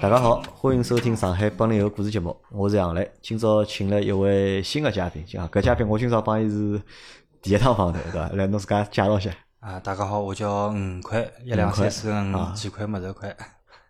大家好，欢迎收听上海八零后故事节目，我是杨磊。今朝请了一位新的嘉宾，啊，搿嘉宾我今朝帮伊是第一趟访谈，对伐？来，侬自家介绍一下。啊，大家好，我叫五块，一两三四啊五几块么子块。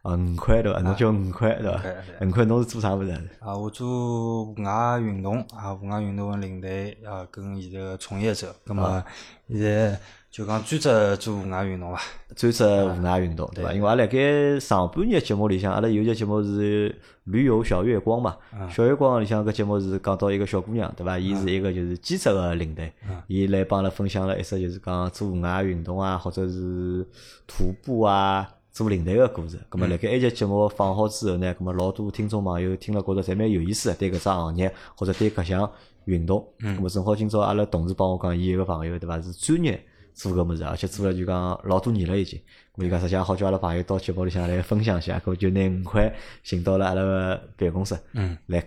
啊，五块对伐？侬叫五块对伐五块？对五块侬是做啥物事？啊，我做户外运动啊，户外运动的领队啊，跟现在个从业者，那么现在就讲专职做户外运动伐。专职户外运动对伐？因为阿拉辣盖上半日节目里向，阿拉有一节节目是旅游小月光嘛，小月光里向搿节目是讲到一个小姑娘对伐？伊是一个就是兼职个领队，伊来帮阿拉分享了一只就是讲做户外运动啊，或者是徒步啊。做领队个故事，咁么辣盖埃节节目放好之后呢，咁么老多听众朋友听了觉着侪蛮有意思的，对搿只行业或者对搿项运动，咁么正好今朝阿拉同事帮我讲，伊有个朋友对伐是专业做搿物啊事，而且做了就讲老多年了已经。咁伊讲实际上好叫阿拉朋友到节目里向来分享一下，搿就拿五块寻到了阿拉个办公室，嗯，来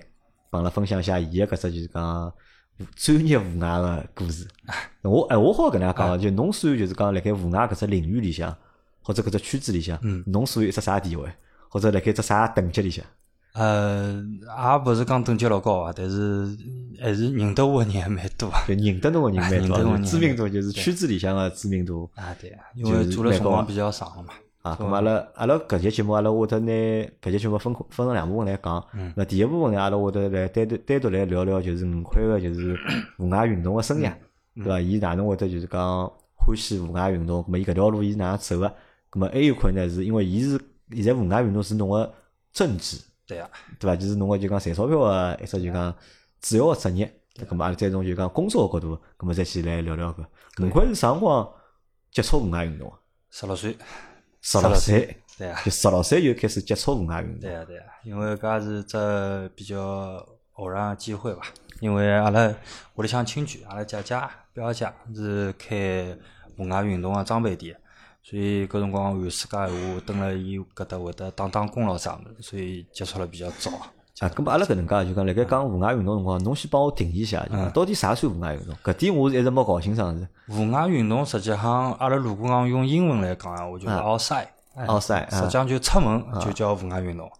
帮阿拉分享一下伊个搿只就是讲专业户外个故 事。我哎，我好搿能样嗯讲，就侬算就是讲辣盖户外搿只领域里向，或者搿只圈子里向，嗯侬属于一只啥地位，或者辣盖只啥等级里向？呃，也勿是讲等级老高啊，但是还是认得我的人还蛮多啊。就认得侬个人蛮 认多得我啊，人知名度就是圈子里向个知名度啊，对啊，因为做了辰光比较长了嘛。啊，咁阿拉阿拉搿节节目阿拉会得拿搿节节目分分成两部分来讲。那第一部分呢，阿拉会得来单独单独来聊聊，就是五块个就是户外运动个生涯，对伐？伊哪能会得就是讲欢喜户外运动？咁么伊搿条路伊哪能走个？咁么还有一块呢，是因为伊是现在户外运动是侬个正职，对啊，对伐？就是侬个就讲赚钞票啊个一只就讲主要个职业，咁么阿拉再从就讲工作个角度，咁么再去来聊聊搿。五块是啥辰光接触户外运动啊？十六岁。十六岁。对啊。就十六岁就开始接触户外运动对。啊，对啊，因为搿也是只比较偶然的机会吧。因为阿拉屋里向亲戚，阿拉姐姐、表姐是开户外运动个啊装备店，所以搿辰光寒暑假闲话，蹲辣伊搿搭会得打打工咯啥物事，所以接触了比较早。啊，咁么阿拉搿能介就讲，辣盖讲户外运动辰光，侬先帮我定义一下，就嗯讲到底啥算户外运动？搿点我是一直没搞清爽是。户外运动实际上，阿拉如果讲用英文来讲啊，我就是 outside，哎 outside，啊实际上就出门就叫户外运动。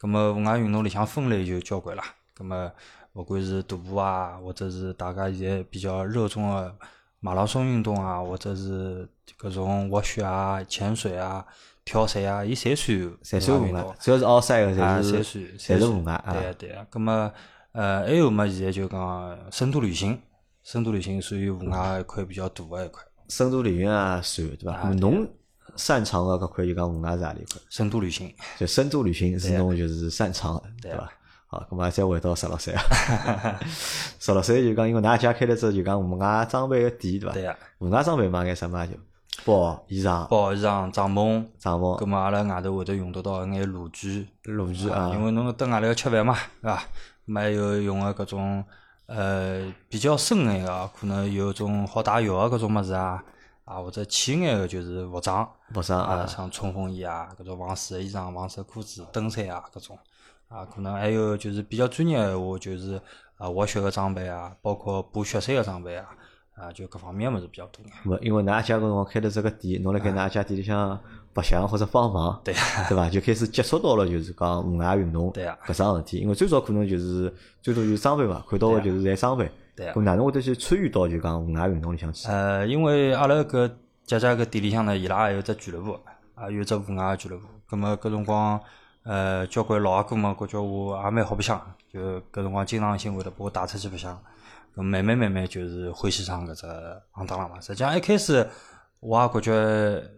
咁么户外运动里向分类就交关啦。咁么勿管是徒步啊，或者是大家现在比较热衷的马拉松运动啊，或者是搿种滑雪啊、潜水啊、跳伞啊，伊侪侪算算户运外动，。只要是 outside 啊，个，侪侪算是侪是户外啊对。啊对啊。咁么呃，还有么现在就讲深度旅行，深度旅行属于户外一块比较大的一块。深度旅行啊算对伐？咁么侬擅长个搿块就讲户外是何里块？深度旅行，就深度旅行是侬就是擅长的，对对啊伐？好，咁么再回到十六岁啊， 十六岁就讲，因为㑚家开了只就讲户外装备个店，对对伐？啊，户外装备嘛，眼啥嘛就包衣裳、包衣裳、帐篷，帐葛篷、末阿拉外头会得用得到一眼炉具，炉具啊。因为侬蹲外头要吃饭嘛，对伐？么还有用个搿种呃比较深眼个，可能有种好汏浴个搿种物事啊，啊或者浅眼个就是服装，服装啊啊，像冲锋衣啊，搿种防水个衣裳、防水裤子、登山啊搿种，啊可能还有就是比较专业个闲话就是啊滑雪个装备啊，包括爬雪山个装备啊，啊就各方面物事比较多眼。没，因为㑚家搿辰光开了这个店，侬辣啊盖㑚家店里向白相或者帮 忙，对伐？就开始接触到了就是讲户外运动对啊搿桩事体，因为最早可能就是最多就是装备嘛，看到个就是侪装备，啊对啊咾哪能会得去参与到就讲户外运动里向去？呃，因为阿拉搿姐姐搿店里向呢，伊拉也有只俱乐部，也有只户外俱乐部。葛么搿辰光，呃，交关老阿哥们觉着我也蛮好白相，就搿辰光经常性会得把我带出去白相。咁慢慢慢慢就是欢喜上搿只行当了嘛。实际上一开始我也觉着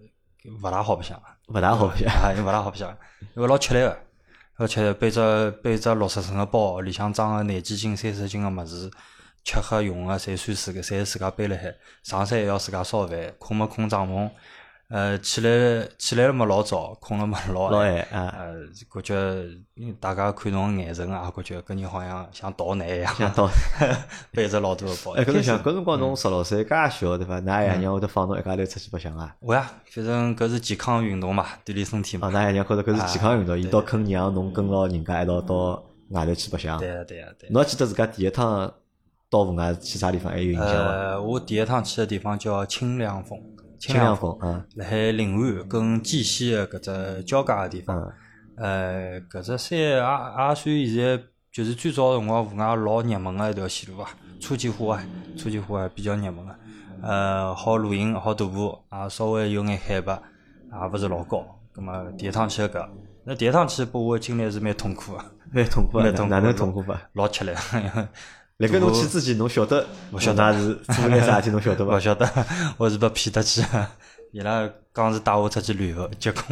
勿大好白相。勿大好白相，啊，又勿大 好白相，因为老吃力个，而且背着背着六十寸个包，里向装个廿几斤、三十斤个物事，吃喝用个侪算自个，侪自家背辣海。上山也要自家烧饭，困么困帐篷，呃，起来起来了么老早，困了么老老晚。矮啊，呃，感觉嗯大家看侬个眼神啊，感觉搿人好像像逃难一样，想到， 背着老大个包。哎，搿侬一开始嗯想，搿辰光侬十六岁介小对伐？㑚爷娘会得放侬一家头出去白相啊？会啊，反正搿是健康运动嘛，锻炼身体嘛啊，。㑚爷娘觉着搿是健康运动，伊啊倒肯让侬跟牢人家一道到外头去白相嗯对。啊，对啊，对啊。侬还记得自家第一趟到户外去啥地方还有印象伐？呃，我第一趟去的地方叫清凉峰，清凉凉，峰啊。辣海临安跟绩溪的搿只交界的地方。嗯呃，搿只山啊也也算现在就是最早辰光vùng外老热门个一条线路伐，初级户外，初级户外比较热门个，啊呃，好露营，好徒步，也稍微有眼海拔，也勿是老高。葛末第一趟去搿，那第一趟去拨我经历是蛮痛苦个，蛮痛苦啊，蛮痛苦哪的能痛苦法？老吃力。啊因为 辣盖侬去之前，侬晓得我晓得是做眼 啥事体，侬晓得伐勿？晓得，我是被骗得去的。 伊拉讲是带我出去旅游，结果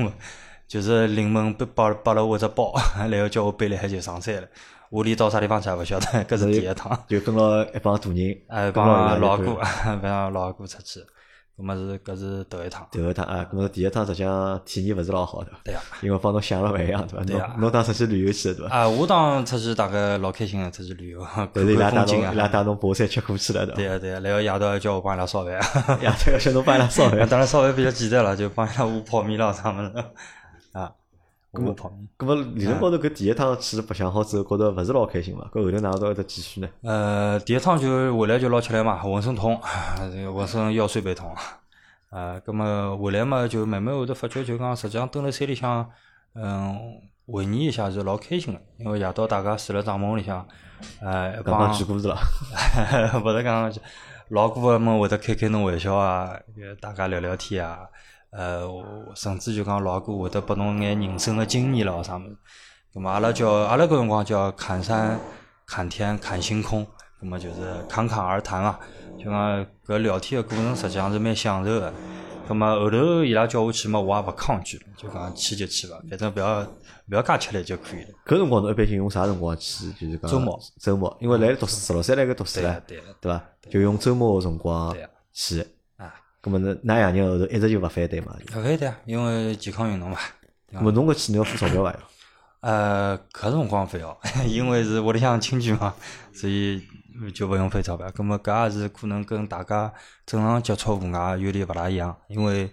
就是临门被扒扒了我只包， 然后叫我背了海就上山了。屋里到啥地方去也勿晓得， 搿是第一趟。就跟牢一帮大人，哎，跟牢帮伊拉老一阿块哥， 帮老阿哥出去，葛么是搿是头一趟。第二趟啊，搿么第一趟实际上体验勿是老好的，对呀、因为帮侬想了勿一样，对伐？对呀侬侬当时去旅游去的，对伐？啊，我当时出去大概老开心个，出去旅游， 看但是伊拉看带风景侬伊拉啊。带侬爬山吃苦去了，对对伐？呀、对啊呀、然后夜到还叫我帮伊拉烧饭。呀，这个小侬帮伊拉烧啊 饭。当然稍微比较简单了，就帮伊拉捂泡面啦啥么子 啊，捂泡面。搿么理论高头搿第一趟去白相好之后，觉着勿是老开心嘛？搿后头哪能到会得继续呢？呃，第一趟就回来就老吃力嘛， 浑身痛，这个浑身腰酸背 痛。啊，葛么回来嘛，就慢慢会得发觉，就讲实际上蹲辣山里向，嗯，回忆一下是老开心的，因为夜到大家睡辣帐篷里向，呃，一刚刚帮举故事了， 勿是讲老哥们会得开开侬玩笑啊，呃大家聊聊天啊，呃，甚至就讲老哥会得拨侬眼人生的经验咯啥物事。咁么阿拉叫阿拉搿辰光叫侃山、侃天、侃星空，咁么就是侃侃而谈啊。就讲搿聊天的过程实际上是蛮享受的。咁么后头伊拉叫我去嘛，我也勿抗拒了，就讲去就去吧，反正勿要勿要介吃力就可以了。搿辰光侬一般性用啥辰光去？就是讲周末，嗯周末，因为来读书，十六岁来搿读书对唻啊，，对啊，对伐？就用周末个辰光对啊去。啊，搿么侬㑚爷娘后头一直就勿反对嘛？勿可以的呀，因为健康运动嘛。搿么侬搿去侬要付钞票伐？呃，搿辰光勿要， 因为是屋里向亲戚嘛，所以就勿用费钞票。葛末搿也是可能跟大家正常接触户外有点勿大一样，因为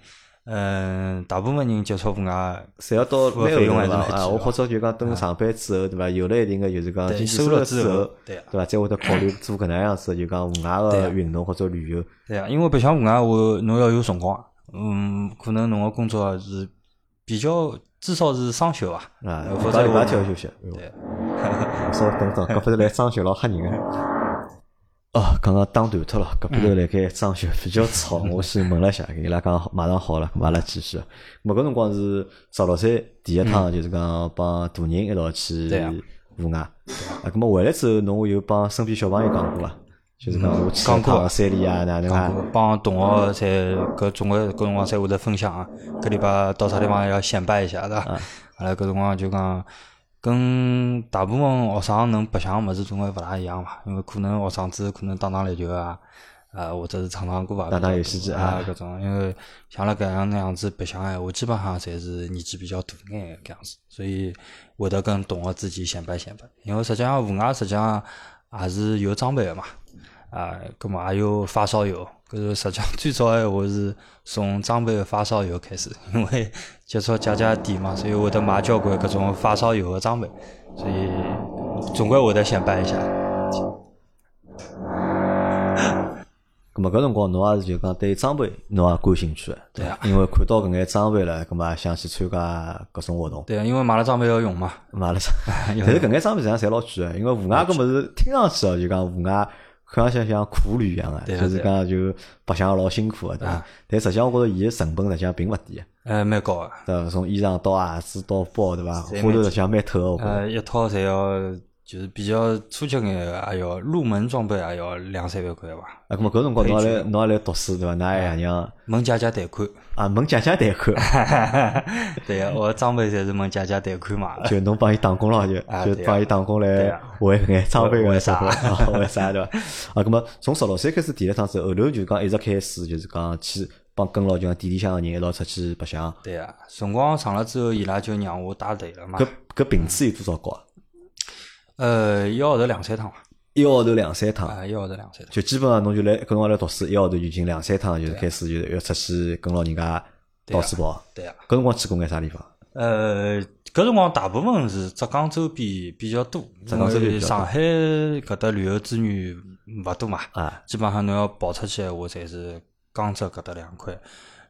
嗯、呃大部分人接触户外，侪要到付蛮的费用后还头是嘛蛮啊，贵我的或者就讲等上班之后，对伐？有了一定个就是讲对经济收入入之之后后，对啊伐？再会得考虑做搿能样子，就讲户外对个啊运动或者旅游。对啊，因为白相户外，我侬要有辰光，嗯，可能侬个工作是比较至少是双休伐，啊，否到则礼拜天我要休息。哎呦对，稍啊微等等，搿边头来装修老吓人个。哦，刚刚打断脱了，搿边头辣盖装修比较 吵，我去问了一下，伊拉讲好马上好了，马上继续。咾搿辰光是十六岁第一趟，就是讲帮大人一道去对啊户外。啊，咾么回来之后，侬有帮身边小朋友讲过伐？就是嗯讲我去讲一过趟山里啊，哪能啊？帮同学侪搿总归搿辰光侪会得分享啊。搿礼拜到啥地方要显摆一下，对伐？阿拉搿辰光就讲跟大部分学生能白相个物事总归勿大一样嘛，因为可能学生子可能打打篮球啊，啊或者是唱唱歌啊，打打游戏机啊啊搿种。因为像阿拉搿样那样子白相个闲话，基本上侪是年纪比较大眼搿样子，所以会得跟同学之间显摆显摆。因为实际上户外实际上也是有装备个嘛。啊，葛么也有发烧友，搿是实际上最早的话是从装备的发烧友开始，因为接触姐姐店嘛，所以会得买交关搿种发烧友的装备，所以总归会得显摆一下。咁么搿辰光侬也是就讲对装备侬也感兴趣的，对伐？因为看到搿眼装备了，咁么也想去参加各种活动。对，啊因为买了装备要用嘛。买了啥？但 有是搿眼装备实际上侪老贵个，因为户外搿物事听上去哦，就讲户外看上去像苦旅一样个，对啊啊就是讲就白相老辛苦个，对伐？但实际上我觉着伊个成本实际上并勿低个，呃，蛮高的，对伐？从衣裳到鞋子到包，对伐？侪花蛮头实际上蛮透个，我觉着。呃，一套侪要就是比较初级眼的，也要入门装备也要两三万块吧。啊，咁么搿辰光侬也来侬也来读书，对伐？㑚爷娘问姐姐贷款，啊，问姐姐贷款， 对个，我装备侪是问姐姐贷款买的。就侬帮伊打工咯，就啊就对啊帮伊打工来对啊为搿眼装备个为生啥活，啊 为啥对伐？啊，咁么从十六岁开始第一趟走，后头就是讲一直开始就是讲去帮跟牢就讲店里向个人一道出去白相。对个，辰光长了之后，伊拉就让我带队了嘛。搿搿频次有多少高啊？呃，一个号头两三趟吧，一个号头两三趟，啊，一个号头两三趟。就基本上侬就来跟我来读书，一个号头就已经两三趟，就是开始就是要出去跟牢人家到处跑。啊对啊，搿辰光去过眼啥地方？呃，搿辰光大部分是浙江周边比较多，浙因江周边比为较多上海搿搭旅游资源勿多嘛，啊，基本上侬要跑出去的话，侪是江浙搿搭两块。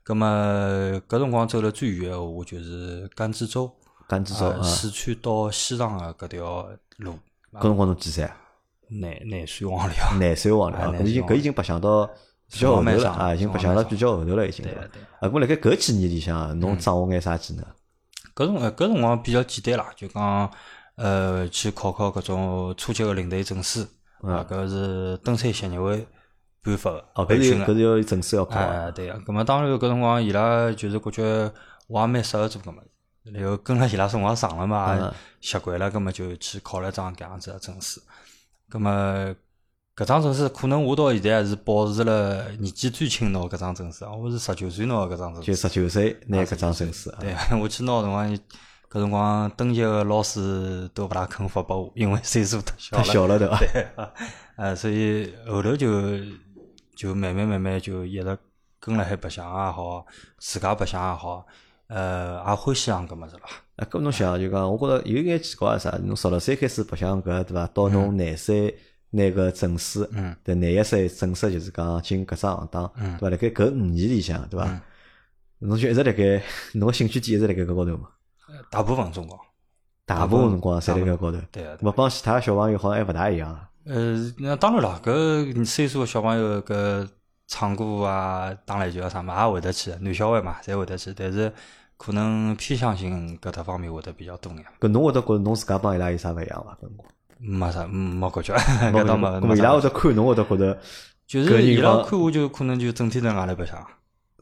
葛么搿辰光走了最远的话，就是甘孜州甘子早呃啊，四川到西藏的搿条路，搿辰光侬几岁啊？内内算往里啊。廿岁往里啊，哎搿已经廿岁往搿已经白相到比较后头慢慢了上啊，已经白相到比较后头了，已 经。对伐对啊，搿么辣盖搿几年里向，啊嗯侬掌握眼啥技能？搿辰呃光搿辰光比较简单啦，就讲呃去考考搿种初级的领队证书，啊搿是登山协会颁发的嗯哦，搿培是训搿的。是要证书要考啊。哎，对个，葛末当然搿辰光伊拉就是感觉我也蛮适合做搿么，然后跟了伊拉辰光长了嘛，嗯也习惯了，葛末就去考了张搿样子的证书。葛末搿张证书可能我到现在是保持了年纪最轻拿搿张证书啊，我是十九岁拿搿张证书就。十九岁拿搿张证书啊。对， 我去拿辰光，搿辰光登级个老师都勿大肯发拨我，因为岁数太小太了。小了对伐？对， 呃，所以后头就就慢慢慢慢就一直跟辣海白相也好，自家白相也好，呃，也欢喜上搿物事了。啊，搿侬想就讲，我觉着有眼奇怪的啥？侬十六岁开始白相搿对伐？到侬廿岁拿个证书，嗯，对，廿一岁正式就是讲进搿只行当，嗯对伐？辣盖搿五年里向，对伐嗯？侬就一直辣盖，侬个兴趣点一直辣盖搿高头嘛？呃大部分辰光，大部分辰光侪辣盖高头。对啊，对我啊帮其他小朋友好像还勿大一样啊。呃，那当然了，搿岁数个小朋友搿唱歌啊、打篮球啊啥物事也会得去，男小孩嘛，侪会得去，但是可能偏向性搿搭方面会得比较多眼。搿侬会得觉着侬自家帮伊拉有啥勿一样伐？搿辰光，没啥，嗯没感觉， 搿倒没。搿么没伊啥拉会感觉得看侬会得觉着就是搿伊人拉帮看我就可能就整天在外头白相，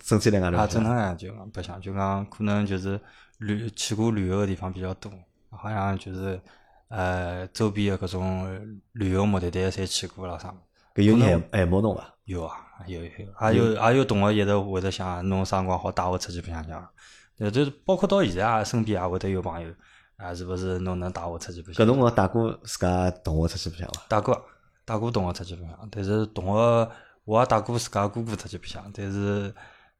整体来外头啊，白正相。常呀，就讲白相，就讲可能就是旅去过旅游的地方比较多，好像就是呃周边的搿种旅游目的地侪去过了啥么。搿有哎可人能爱爱慕侬伐？有啊，有有，也有也有同学一直会得想，侬啥辰光好带我出去白相相。呃，就是包括到现在啊，身边也会得有朋友啊，是不是侬能带我出去白搿相？侬光带过自家同学出去白相伐？带过带过同学出去白相，但是同学我也带过自家哥哥出去白相，但是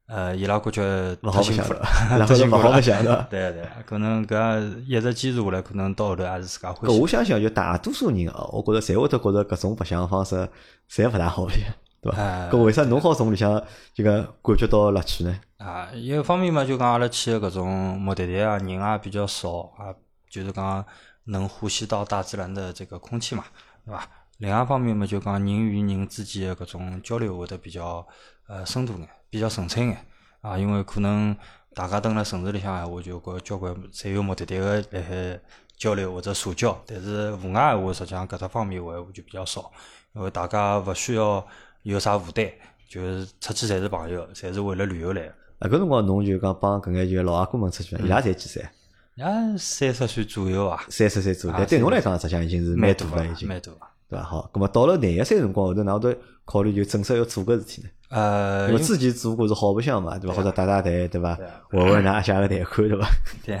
呃，伊拉感觉勿太好辛想苦了，了，然太后就辛勿苦好了。想了。 对啊对啊，可能搿样一直坚持下来，可能到后头还是自家欢搿喜。我相信啊就大多数人啊，我觉着侪会得觉着搿种白相方式侪勿大好白相，对伐？哎搿为啥侬好从里向就讲感觉到乐趣呢？啊，一方面嘛，就讲阿拉去的搿种目的地啊，人也比较少啊，就是讲能呼吸到大自然的这个空气嘛，对伐？另外一方面嘛，就讲人与人之间的搿种交流会得比较呃深度眼，比较纯粹眼啊，因为可能大家蹲辣城市里向闲话，就搿交关侪有目的地个辣海交流或者社交，但是户外闲话，实际上搿只方面闲话就比较少，因为大家勿需要有啥负担，就是出去侪是朋友，侪是为了旅游来的。啊，搿辰光侬就讲帮搿眼就老阿哥们出嗯去，伊拉侪几岁？也啊三十岁左右啊，三十岁左右，啊但对侬来讲，实际上已经是蛮大大个了，已经蛮大个。对伐？好，葛末到了廿一岁辰光后头，哪会得考虑就正式要做搿事体呢？呃，因为因啊之前做过是好白相嘛，对伐？或者打打台，对伐对？啊玩玩拿下个台 看，对伐？对，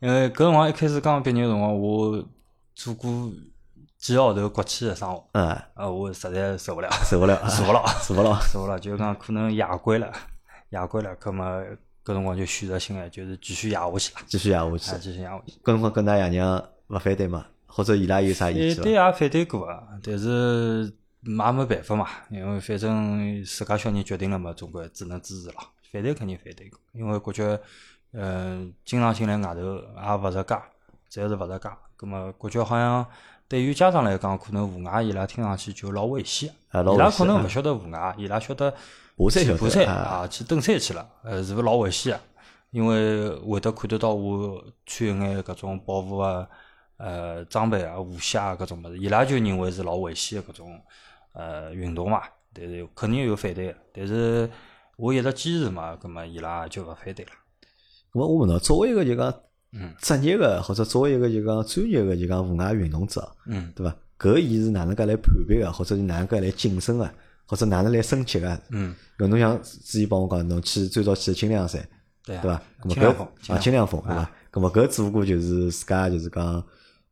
因为搿辰光一开始刚毕业的辰光，我做过几个号头国企的生活，啊，呃，我实在受不了，受勿 了，受不了， 受勿了。受不了，就是讲可能夜归了，夜归了，葛末搿辰光就选择性的就是继续夜下去了，继续啊，下去啊，。继续夜下去。搿辰光跟㑚爷娘勿反对嘛，或者伊拉有啥意反见对伐？也反对过啊，但是嘛也没办法嘛，因为反正自家小人决定了嘛，总归只能支持了。反对肯定反对过，因为感觉，呃，经常性来外头也勿着家，侪是勿着家，葛么感觉好像对于家长来讲，可能户外伊拉听上去就老危险，啊老伊拉危险可能啊勿晓得户外，伊拉晓得爬山去晓得爬山啊啊，去登山去了，呃，是勿是老危险啊？因为会得看得到我穿一眼搿种保护啊、呃装备啊、护鞋啊搿种物事，伊拉就认为是老危险的搿种呃运动嘛，但是肯定有反对的，但是我一直坚持嘛，葛么伊拉就勿反对了。我我问侬，作为一个就讲嗯职业个，或者作为一个就讲专业个就讲户外运动者，嗯，对伐？搿伊是哪能介来判别啊个，或者是哪能介来晋升个，或者哪能来升级个？嗯，搿侬像之前帮我讲，侬去最早去清凉山，对啊对伐？搿么清凉峰搿啊，清凉峰对伐？搿么搿只不过就是自家就是讲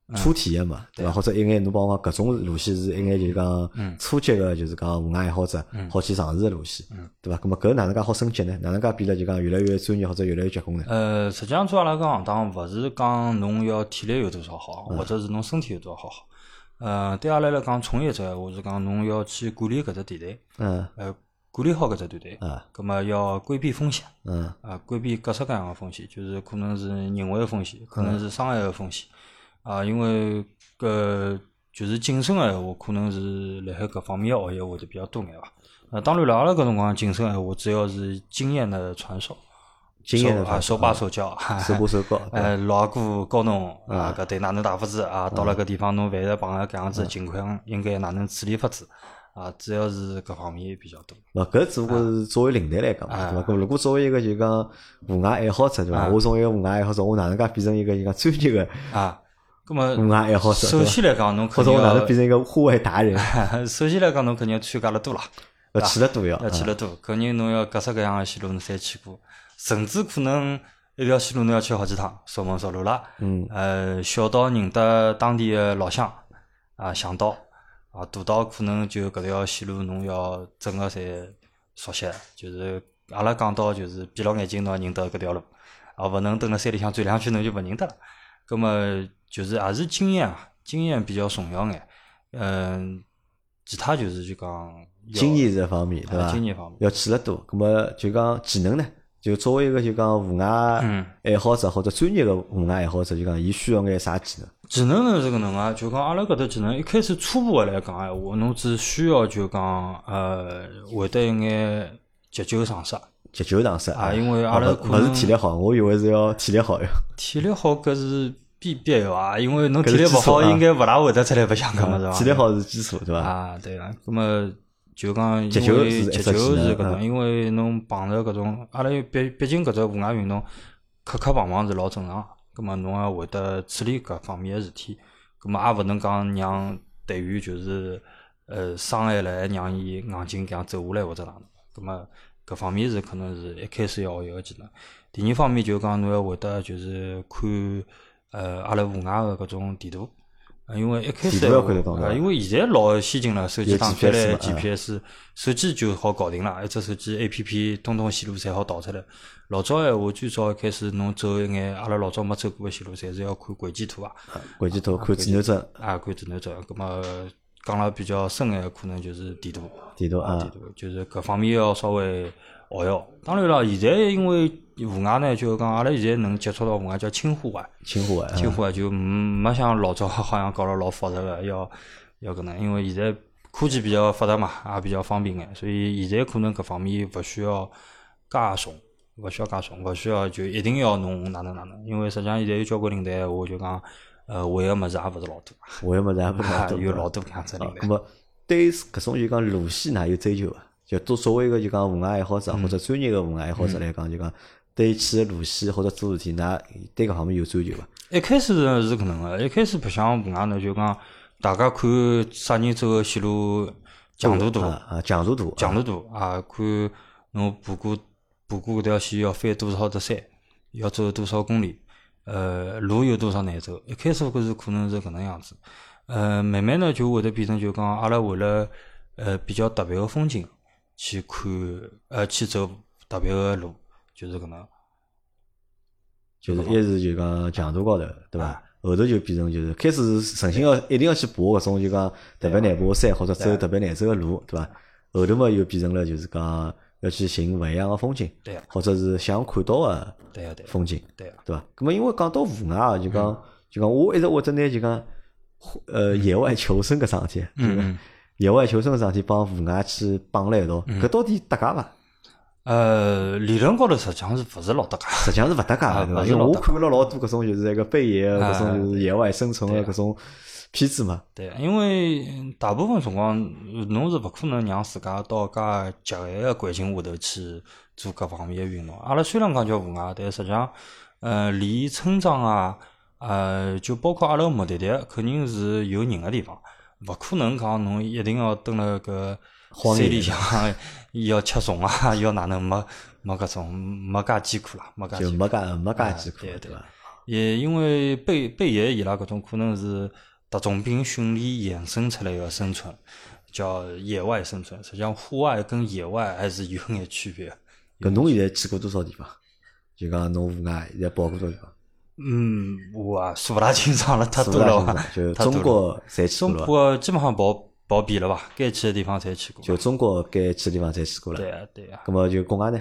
嗯初体验嘛，对伐？或者一眼侬帮我讲搿种路线是一眼就是嗯讲初级个，就是讲户外爱好者好去尝试个路线，嗯对伐？搿么搿哪能介好升级呢？哪能介变得就讲越来越专业或者越来越结棍呢？呃，实际上做阿拉搿行当，勿是讲侬要体力有多少好，或者是侬身体有多少好。呃，对阿拉来讲，从业者，我是讲侬要去管理搿只地带，嗯，呃，管理好搿只团队，啊，葛末要规避风险，嗯啊，规避各式各样的风险，就是可能是人为的风险，可能是伤害的风险，啊，因为搿就是谨慎的闲话，可能是辣海搿方面的学习会得比较多眼伐。啊，当然了，阿拉搿辰光谨慎的闲话，主要是经验的传授，经验的手啊传手把手 教，哈哈手把手教嗯对 呃，老阿哥教侬啊，搿对哪能打法子嗯啊？到了搿地方侬犯着碰着搿样子的情况，应该哪能处理法子啊？主要是搿方面比较多。勿搿只不过是作为领队来讲嘛，啊对伐？搿如果作为一个就讲户外爱好者，对嗯伐？我从一个户外爱好者，我哪能介变成一个就讲专业个啊，那么户外爱好者首先来讲，侬或肯者定我哪能要变成一个户外达 人？首先来讲，侬肯定要参加了多啦，要去了都要，要去了多，肯定侬要各式各样的线路侬侪去过，甚至可能一条线路侬要去好几趟，熟门熟路啦。嗯，呃，小到认得当地的老乡啊，向导啊，大到可能就搿条线路侬要整个侪熟悉，就是阿拉讲到就是闭牢眼睛侬也认得搿条路，啊，勿能蹲辣山里向转两圈侬就勿认得了。葛么就是也是经验啊，经验比较重要眼。嗯，其他就是就讲要经验这方面，对啊伐经？验方面，要去了多，葛么就讲技能呢？就作为一个就讲户外嗯爱好者或者专业个户外爱好者，就讲伊需要眼啥技能？技能呢是搿能啊，就讲阿拉搿搭技能一开始初步的来讲闲话，侬只需要就讲呃会得一眼急救常识急救常识啊，因为阿拉哎勿可勿是能体力好，我以为是要体力好 哟。体力好搿是必必要啊，因为侬搿体是力勿基础好，啊应该勿大会得出来白相搿么是伐？ 体力好是基础，对伐？啊，对啊，那么就讲因接球为是一接只球技能是搿种，嗯因为侬碰着搿种，阿拉有毕毕竟搿只户外运动磕磕碰碰是老正常的，葛么侬也会得处理搿方面个事体，葛么也勿能讲让队员就是呃伤害了，还让伊硬劲搿样走下来或者哪能，葛么搿方面是可能是一开始要学习个技能。第二方面就讲侬要会得就是看呃阿拉户外个搿种地图。啊，因为一开始地图要看得到啊对伐因为现在老先进了，手有机打开 GPS 来嘛嗯 GPS，手机就好搞定了，一只手机 APP 通通线路侪好导出来。老早闲话，最早一开始侬走一眼阿拉老早没走过个线路，侪是要看轨迹图啊，国际图看指南针、啊，看指南针。葛么讲了比较深眼，可能就是地图。地图地啊，图，就是搿方面要稍微学一学。当然了，现在因为户外呢，就是讲阿拉现在能接触到户外叫轻户外，清华啊，轻户外就没像老早 好像搞了老复杂个，要要搿能，因为现在科技比较发达嘛，也比较方便眼，所以现在可能搿方面勿需要介重，勿需要介重，勿需要就一定要侬哪能哪能，因为实际上现在有交关领队，我就讲呃会个物事也勿是老多，我也没啥不晓得。 有老多搿样子的啊领，那队。么对搿种就讲路线哪有追求啊？就做作为一个就讲户外爱好嗯者或者专业个户外爱好者来讲，就讲对去个路线或者做事体，㑚对搿方面有追求伐？啊一开始是搿能个，一开始白相户外呢，就讲大家看啥人走个线路强度大，啊啊，强度大，强度大啊，看侬爬过爬过搿条线要翻多少只山，要走多少公里，呃，路有多少难走。一开始搿是可能是搿能样子，呃，慢慢呢就会得变成就讲阿拉为了呃比较特别个风景去看，呃去走特别个路，就是搿能。就是一是就讲强度高头，对啊伐？后头就变成就是开始是诚心要一定要去爬搿种就讲特别难爬个山或者走特别难走个路，对伐？后头嘛又变成了就是讲要去寻勿一样个风景，对啊或者是想看到个对啊呀、对啊呀、风景，对呀、对伐？咁么因为讲到户外啊，就嗯讲就讲我一直会得拿就讲呃野外求生搿桩事体，嗯嗯。野外求生搿桩事体帮户外去绑辣一道，搿到底搭界伐？呃，理论高头实际上是勿是老搭界？实际上是勿搭界啊的，对伐？勿是因为老我搭啊看了老多搿种就是一个贝爷，啊搿种就是野外生存的搿种片子嘛。对，因为嗯大部分辰光呃侬是勿可能让自家到介极限个环境下头去做各方面个运动。阿拉虽然讲叫户外，但实际上，呃，离村庄啊，呃，就包括阿拉目的地，肯定是有人个地方，勿可能讲侬一定要蹲辣搿荒山野里向 要吃虫啊，要哪能没没搿种没介艰苦啦，没介就艰苦。没介没介几啊苦，对对伐？也因为贝贝爷伊拉搿种可能是特种兵训练衍生出来个生存，叫野外生存。实际上，户外跟野外还是有眼区别。搿侬现在去过多少地方？就讲侬户外现在跑过多少地方？嗯，我啊数勿大清爽了，太数多不大清了吧爽，就太中多了国侪去中过了伐。国基本上跑跑遍了吧，该去的地方侪去过。就中国该去的地方侪去过了。对啊，对啊。咁么就国外呢？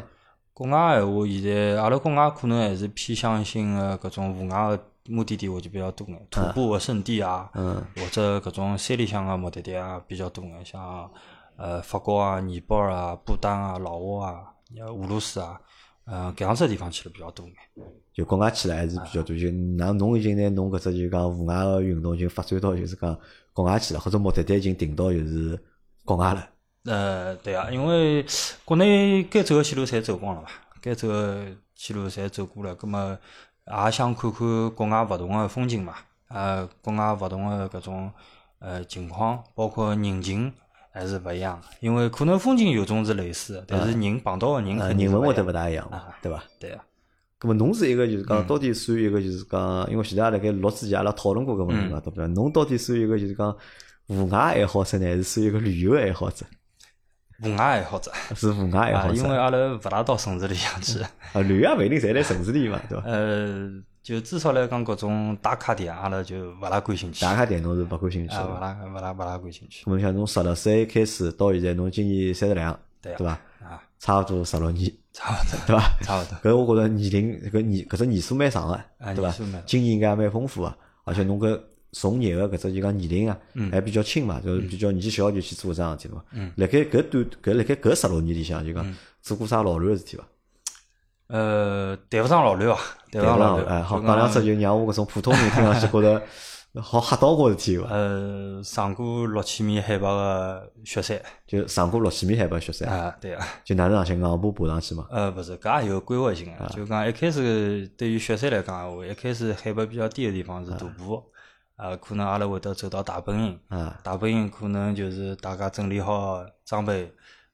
国外闲话，现在阿拉国外可能还是偏向性个搿种户外个目的地会就比较多眼，徒步个圣地啊，嗯或者搿种山里向个目的地啊比较多眼，像呃法国啊、尼泊尔啊、不丹啊、老挝啊、呃俄罗斯啊，呃搿样子个地方去了比较多眼。就国外去了还是比较多。就啊那侬已经拿侬搿只就讲户外个运动已经发展到就是讲国外去了，或者目的地已经定到就是国外了。呃，对啊，因为国内该走个线路侪走光了嘛，该走个线路侪走过了，葛么也想看看国外勿同个风景嘛，呃，国外勿同个搿种呃情况，包括人情还是勿一样的，因为可能风景有种是类似的，但是人碰到个人呃，肯定人是文勿会得勿一样的。大一样嘛，对伐？对啊，嗯咁么侬是一个就是讲到底算一个就是讲，因为前头也辣盖录之前阿拉讨论过搿问题嗯嘛，对不对？侬到底算一个就是讲户外爱好者呢，还是算一个旅游爱好者？户外爱好者，是户外爱啊，哎好因者为阿拉勿大到城市里向去。啊，旅游也勿一定侪辣城市里嘛，对伐？ 呃，嗯就至少来讲，搿种打卡点，阿拉就勿大感兴趣，打啊，卡点侬是勿感兴趣的勿嘛。大勿大勿大感兴趣咁么像侬十六岁开始到现在，侬今年三十两，对对啊伐？啊，差不多十六年，差勿多， 对伐？差勿多。 搿我觉着年龄搿年搿只年数蛮长啊个，对年伐数蛮长？经验应该也蛮丰富个，而且侬搿从业个搿只就讲年龄啊，嗯还比较轻嘛，就是比较年纪小就去做搿桩事体嘛。辣盖搿段搿辣盖搿十六年里向就嗯讲做过啥老卵个事体伐？呃，谈勿上老卵啊，谈勿上老卵。哎，好就讲两讲只就让我搿种普通人听上去觉着 好吓到我的事体伐？呃，上过六千米海拔个雪山就上过六千米海拔雪山，啊，对啊。就哪能上去硬爬爬上去嘛？呃，勿是，搿也有规划性啊个，就讲一开始对于雪山来讲啊闲话，一开始海拔比较低个地方是徒步，啊，可能阿拉会得走到大本营，啊，大本营可能就是大家整理好装备，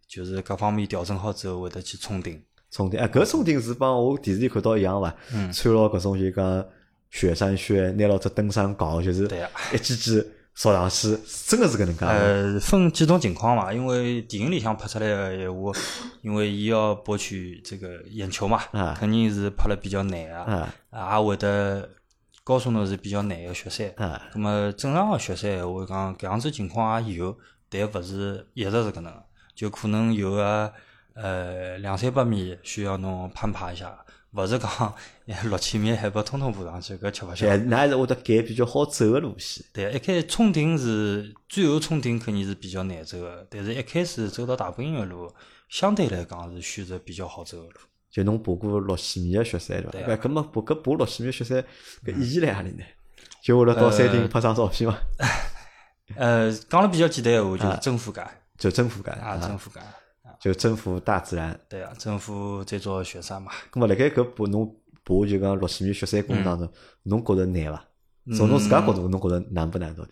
就是各方面调整好之后，会得去冲顶。冲顶哎，搿冲顶是帮我电视里看到一样伐？嗯穿牢搿种就讲雪山靴，拿牢只登山镐，就是对啊一记记扫上去，真个是搿能介伐。呃，分几种情况嘛，因为电影里向拍出来个闲话，因为伊要博取这个眼球嘛，啊肯定是拍了比较难啊，啊也会得告诉侬是比较难个雪山。啊，咁么正常个雪山闲话讲，搿样子情况也有，但勿是一直是搿能个，就可能有个呃两三百米需要侬攀爬一下，勿是讲哎六千米海拔通通爬上去，搿吃勿消就。㑚还是会得改比较好走个路线。对，一开始冲顶是最后冲顶肯定是比较难走个，但是一开始走到大本营个路，相对来讲是选择比较好走个路。就侬爬过六千米个雪山对啊伐？搿么爬搿爬六千米雪山搿意义辣何里呢？就为了到山顶拍张照片嘛，呃，讲了比较简单闲话，啊就是征服感就征服感啊，啊，征服感，就征服大自然。对啊，征服这座雪山嘛。咁么辣盖搿爬侬爬就讲六千米雪山过程当嗯中，侬觉着难伐？从侬自家角度，侬觉着难不难到底？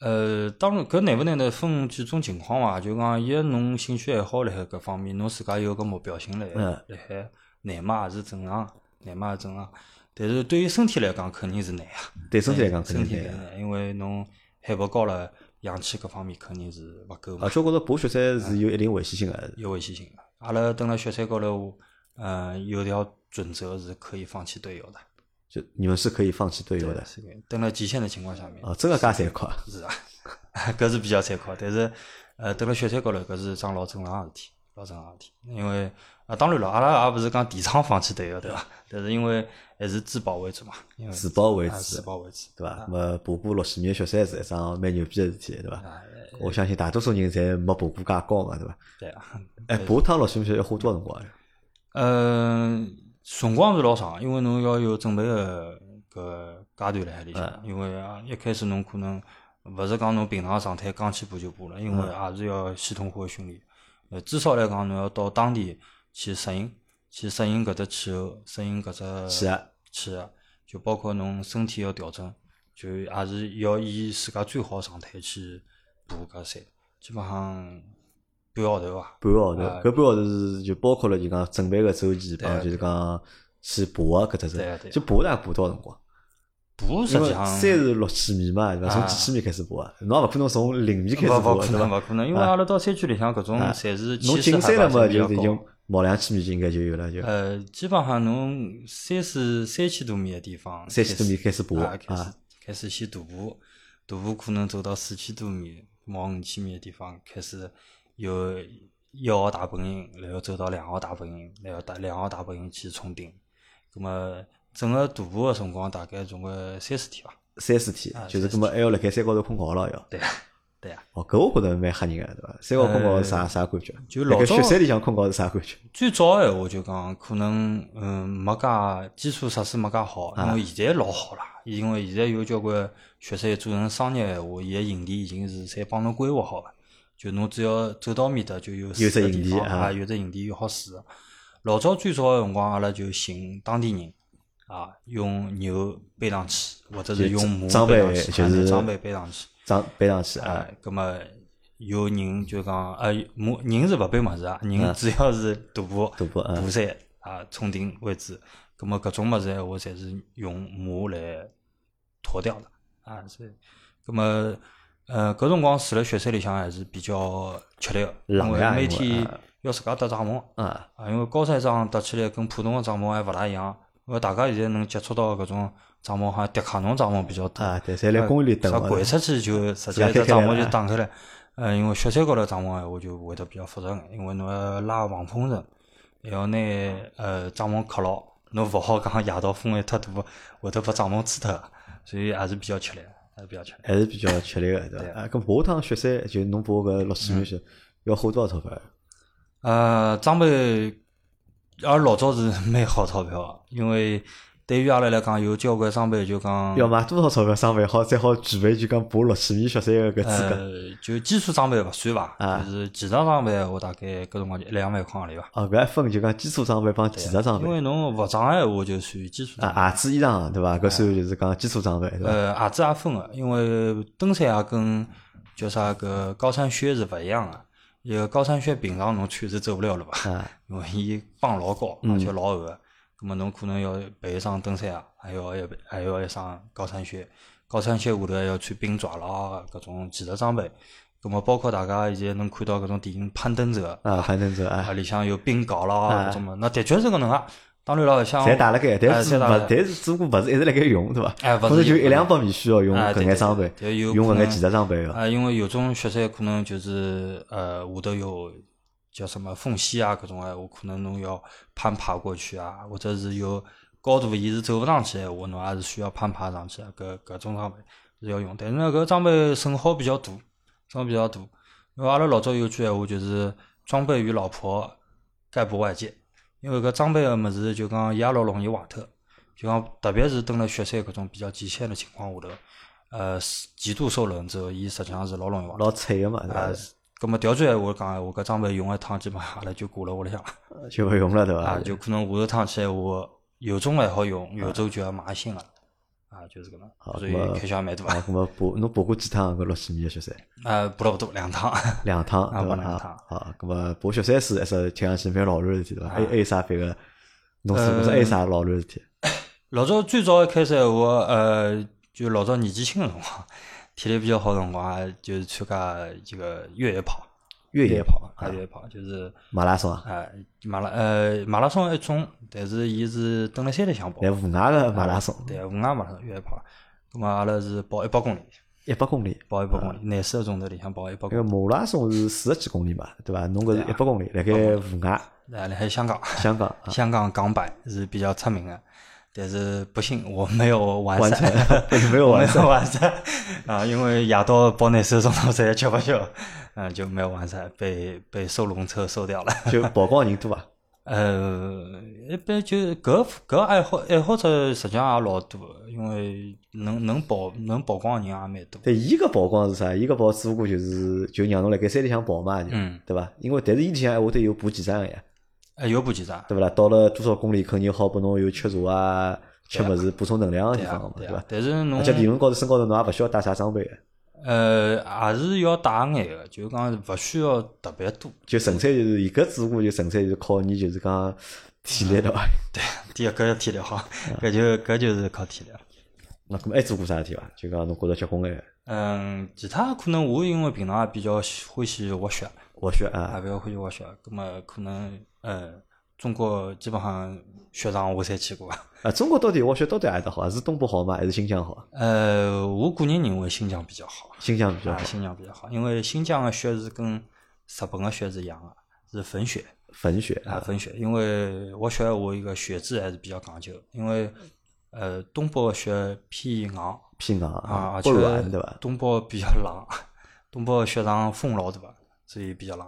呃，当然，搿难勿难呢？分几种情况伐，就讲，一侬兴趣爱好辣海搿方面，侬自家有个目标性辣海，嗯辣海难嘛也是正常，难嘛也正常。但是对于身体来讲，肯定是难啊。对身体来讲，肯身体定来难。啊讲，因为侬海拔高了，氧气各方面肯定是勿够而嘛，且我觉着爬雪山是有一定危险性个，有危险性的。阿拉蹲辣雪山高头，呃，有条准则是可以放弃队友的，就你们是可以放弃队友的是的蹲辣极限的情况下面，啊，真个介残酷啊！是啊， 搿是比较残酷，但是呃，蹲辣雪山高头搿是桩老正常个事体，老正常个事体。因为啊，当然了，阿拉也勿是讲提倡放弃队友，对伐？ 但是因为还是自保为主嘛，因为自保为啊主自保为主，对伐？么爬过六千米雪山是一桩蛮牛逼个事体，对伐？啊，我相信大多数人侪没爬过介高个，对伐？对啊，哎，爬趟六千米雪山要花多少辰光啊？呃，辰光是老长，因为侬要有准备个搿阶段辣海里嗯向，因为啊一开始侬可能勿是讲侬平常状态刚去爬就爬了，因为嗯也是要系统化的训练。呃，至少来讲，侬要到当地去适应，去适应搿只气候，适应搿只气压气压，就包括侬身体要调整，就也是要以自家最好的状态去爬搿山，基本上半个号头伐。半个号头，啊搿半个号头是就包括了就讲准备个周期，帮就是讲去爬个搿只啊对啊对是，就啊爬大概爬多少辰光？爬实因为际上山是六千米嘛，对伐？从几千米开始爬啊，侬也勿可能从零米开始勿爬，勿对可伐能，？勿可能，因为阿拉到山区里向搿种侪是啊侬气势进山了海拔嘛，比较就是已高经毛两千米就应该就有了，就呃，基本上侬三四三千多米的地方，三千多米开始啊，爬开始啊，开始先徒步，徒步可能走到四千多米，毛五千米个地方开始有一号大本营，然后走到两号大本营，然后大两号大本营去冲顶。葛么整个徒步个辰光大概总归三四天伐？三四天，啊就是搿么还要辣盖山高头困觉了要。对啊，对啊。哦，搿我觉着蛮吓人个，对伐？山高困觉是啥啥感觉？就呃老早雪啊山里向困觉是啥感觉？最早闲话就讲，可能嗯没介基础设施没介好，啊因为现在老好啦，因为现在有交关雪山做成商业闲话，伊个营地已经是侪帮侬规划好了，就侬只要走到面搭就有有水只个营地地方啊啊，有只营地有好水个。老早最早个辰光，阿拉就寻当地人啊，用牛背上去，或者是就用马装背上备去，就啊拿是装备背上去。上背上去啊，哎，葛么有人就讲，呃，马人是勿背物事啊，人主要是徒步、徒步嗯爬山啊，冲顶为主。葛啊么搿种物事闲话，侪是用马来驮掉的啊，所以，葛么。呃，搿辰光住辣雪山里向还是比较吃力个，冷因为呀每因为天啊要自家搭帐篷，啊，啊，因为高山帐搭起来跟普通个帐篷还勿大一样，因为大家现在能接触到搿种帐篷，好像迪卡侬帐篷比较多啊对侪辣公园里啥等嘛掼出去就直自家接一只开开帐来篷了就啊打开来。呃，因为雪山高头帐篷闲话就会得比较复杂眼，因为侬要拉防风绳，还要拿呃帐篷磕牢，侬勿好讲夜到风会太大，会得把帐篷吹脱，所以还是比较吃力，还是比较吃力。还是比较吃力个，对伐？啊，搿下趟雪山就侬把搿落嗯水面去要花多少钞票？啊呃，装备，阿拉老早是 蛮好钞票啊，因为对于阿拉来讲，有交关装备就讲，要买多少钞票装备好，才好具备就讲爬落水面雪山个搿资格？呃，就基础装备勿算伐，啊就是技能装备，我大概搿辰光就一两万块行钿伐。啊，搿还分就讲基础装备帮技术装啊因备为侬服装闲话就属于基础装备。啊，鞋子衣裳对伐？搿算就是讲基础装备对伐？哎呃，鞋子也分个，因为登山也跟叫啥个高山靴是勿一样个。一个高山靴平常侬穿是走勿了了伐？啊 因为伊帮老高，而且老厚嗯个。葛末侬可能要备一双登山鞋，还要一还要一双高山靴。高山靴下头还要穿冰爪啦，搿种技术装备。葛末包括大家现在能看到搿种电影《攀登者》啊，攀登者啊，啊，里向有冰镐啦，搿种么，那的确是搿能介。当然了，像侪打辣盖，但是哎勿侪打了，但是只不过勿是一直辣盖用对伐？哎勿或是者就一用两百米需要用哎搿对眼对装备，对有用可搿眼能技术装备个。啊，因为有种雪山可能就是呃下头有叫什么缝隙啊，搿种闲话，可能侬要攀爬过去啊，或者是有高度伊是走勿上去闲话，侬也是需要攀爬上去啊，搿搿种装备是要用。但是呢，搿装备损耗比较大，损耗比较大。因为阿拉老早有句闲话就是“装备与老婆概不外借”，因为搿装备个物事就讲伊也老容易坏脱，就讲特别是登了雪山搿种比较极限的情况下头，呃，极度受冷之后，伊实际上是老容易坏脱。老脆个嘛，对伐啊？，葛么调句闲话讲，我搿装备用一趟基本上阿拉就挂辣屋里向了就勿用了对伐啊，？就可能下头趟去闲话，有种还好用，有种就要买新个了啊，就是搿能，好所葛么以开销也蛮大啊，啊搿么爬侬爬过几趟搿六千米个雪山？，呃不了不多两趟。两趟 啊对伐？爬两趟啊好，搿么爬雪山是还是听上去蛮老卵事体对伐？啊还还有啥别个？侬呃是不是还有啥老卵事体？老早最早开始闲话，呃，就老早年纪轻个辰光， 体力比较好个辰光，也就是参加这个越野跑，越野野跑跑，啊，越野跑就是马拉松啊，啊马拉呃马拉松一种，但是伊是蹲辣山里向跑，但户外个马拉松，对，户外马拉松越野跑，咁么阿拉是跑一百公里，一百公里。跑一百啊公里，廿四个钟头里向跑一百那个公里，马拉松是四十几公里嘛，对伐？侬搿是啊一百公里，辣盖户外，然后还有香港，香港 啊，香港港版是比较出名的，但是不幸我没有完完成赛。没有我没完成。有完赛 啊，因为夜到跑那三钟头实在吃不 消，嗯，就没有完赛，被被收容车收掉了。就曝光人多啊， 呃，一般就搿搿爱好爱好者实际上也老多，因为能能曝能曝光的人也蛮多。但伊个曝光是啥？伊个曝只不过就是就让侬辣盖山里向跑嘛，就嗯对伐？因为但是伊里向还会得有补给站个呀，哎，有补给站，对勿啦？到了多少公里，肯定好拨侬有吃茶啊、吃物事补充能量个地对方啊个嘛，对伐啊？。但是侬而且理论高头、身高头，侬也勿需要带啥装备个，呃也是要带眼个，就是讲勿需要特别多。 就纯粹就是伊搿只不过就纯粹就是靠你就是讲体力对嗯伐？第一搿要体力好， 搿就搿就是靠体力了。 那搿么还做过啥事体伐？就讲侬觉着结棍个嗯，其他可能我因为平常也比较喜欢喜滑雪，滑雪也啊，比较欢喜滑雪，葛么可能呃中国基本上雪场我侪去过。啊，中国到底滑雪到底还是好，啊是东北好吗？还是新疆好？啊呃，我个人认为新疆比较好，新疆比较啊，好，新疆比较好，因为新疆的雪是跟日本的雪是一样的，是粉雪粉雪啊，啊，粉雪。因为滑雪我一个雪质还是比较讲究，因为呃，东北的雪偏硬，偏硬啊，而不且软对伐？东北比较冷，东北雪场风老大，所以比较冷。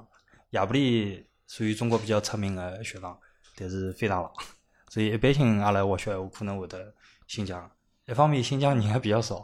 亚布力属于中国比较出名的雪场，但是非常冷，所以一般性阿拉滑雪我可能会得新疆。一方面新疆人还比较少，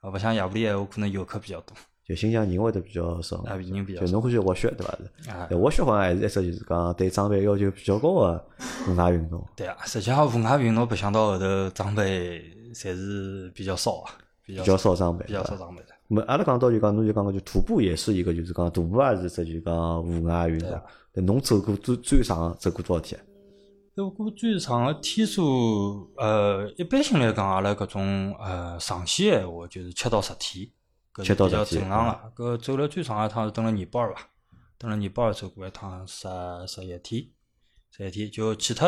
啊，不像亚布力我可能游客比较多，就新疆人会得比较少，啊，人比较就少侬欢喜滑雪对伐？啊。对滑雪好像还是一只就是讲对装备要求比较高的户外运动。对啊，实际上户外运动白相到后头装备侪是比较少啊，比较比较少装备，比较对少吧。装备的。那么阿拉讲到就讲，侬就讲个就徒步也是一个，就是讲徒步也是只就讲户外运啊动。对，侬走过最最长走过多少天？走过最长的天数，呃，一般性来讲，阿拉搿种呃上线闲话，就是七到十天，搿七是到比十较天嗯正常啊。搿走了最长一趟是蹲了尼泊尔伐，蹲了尼泊尔走过一趟十十一天，十一天就其他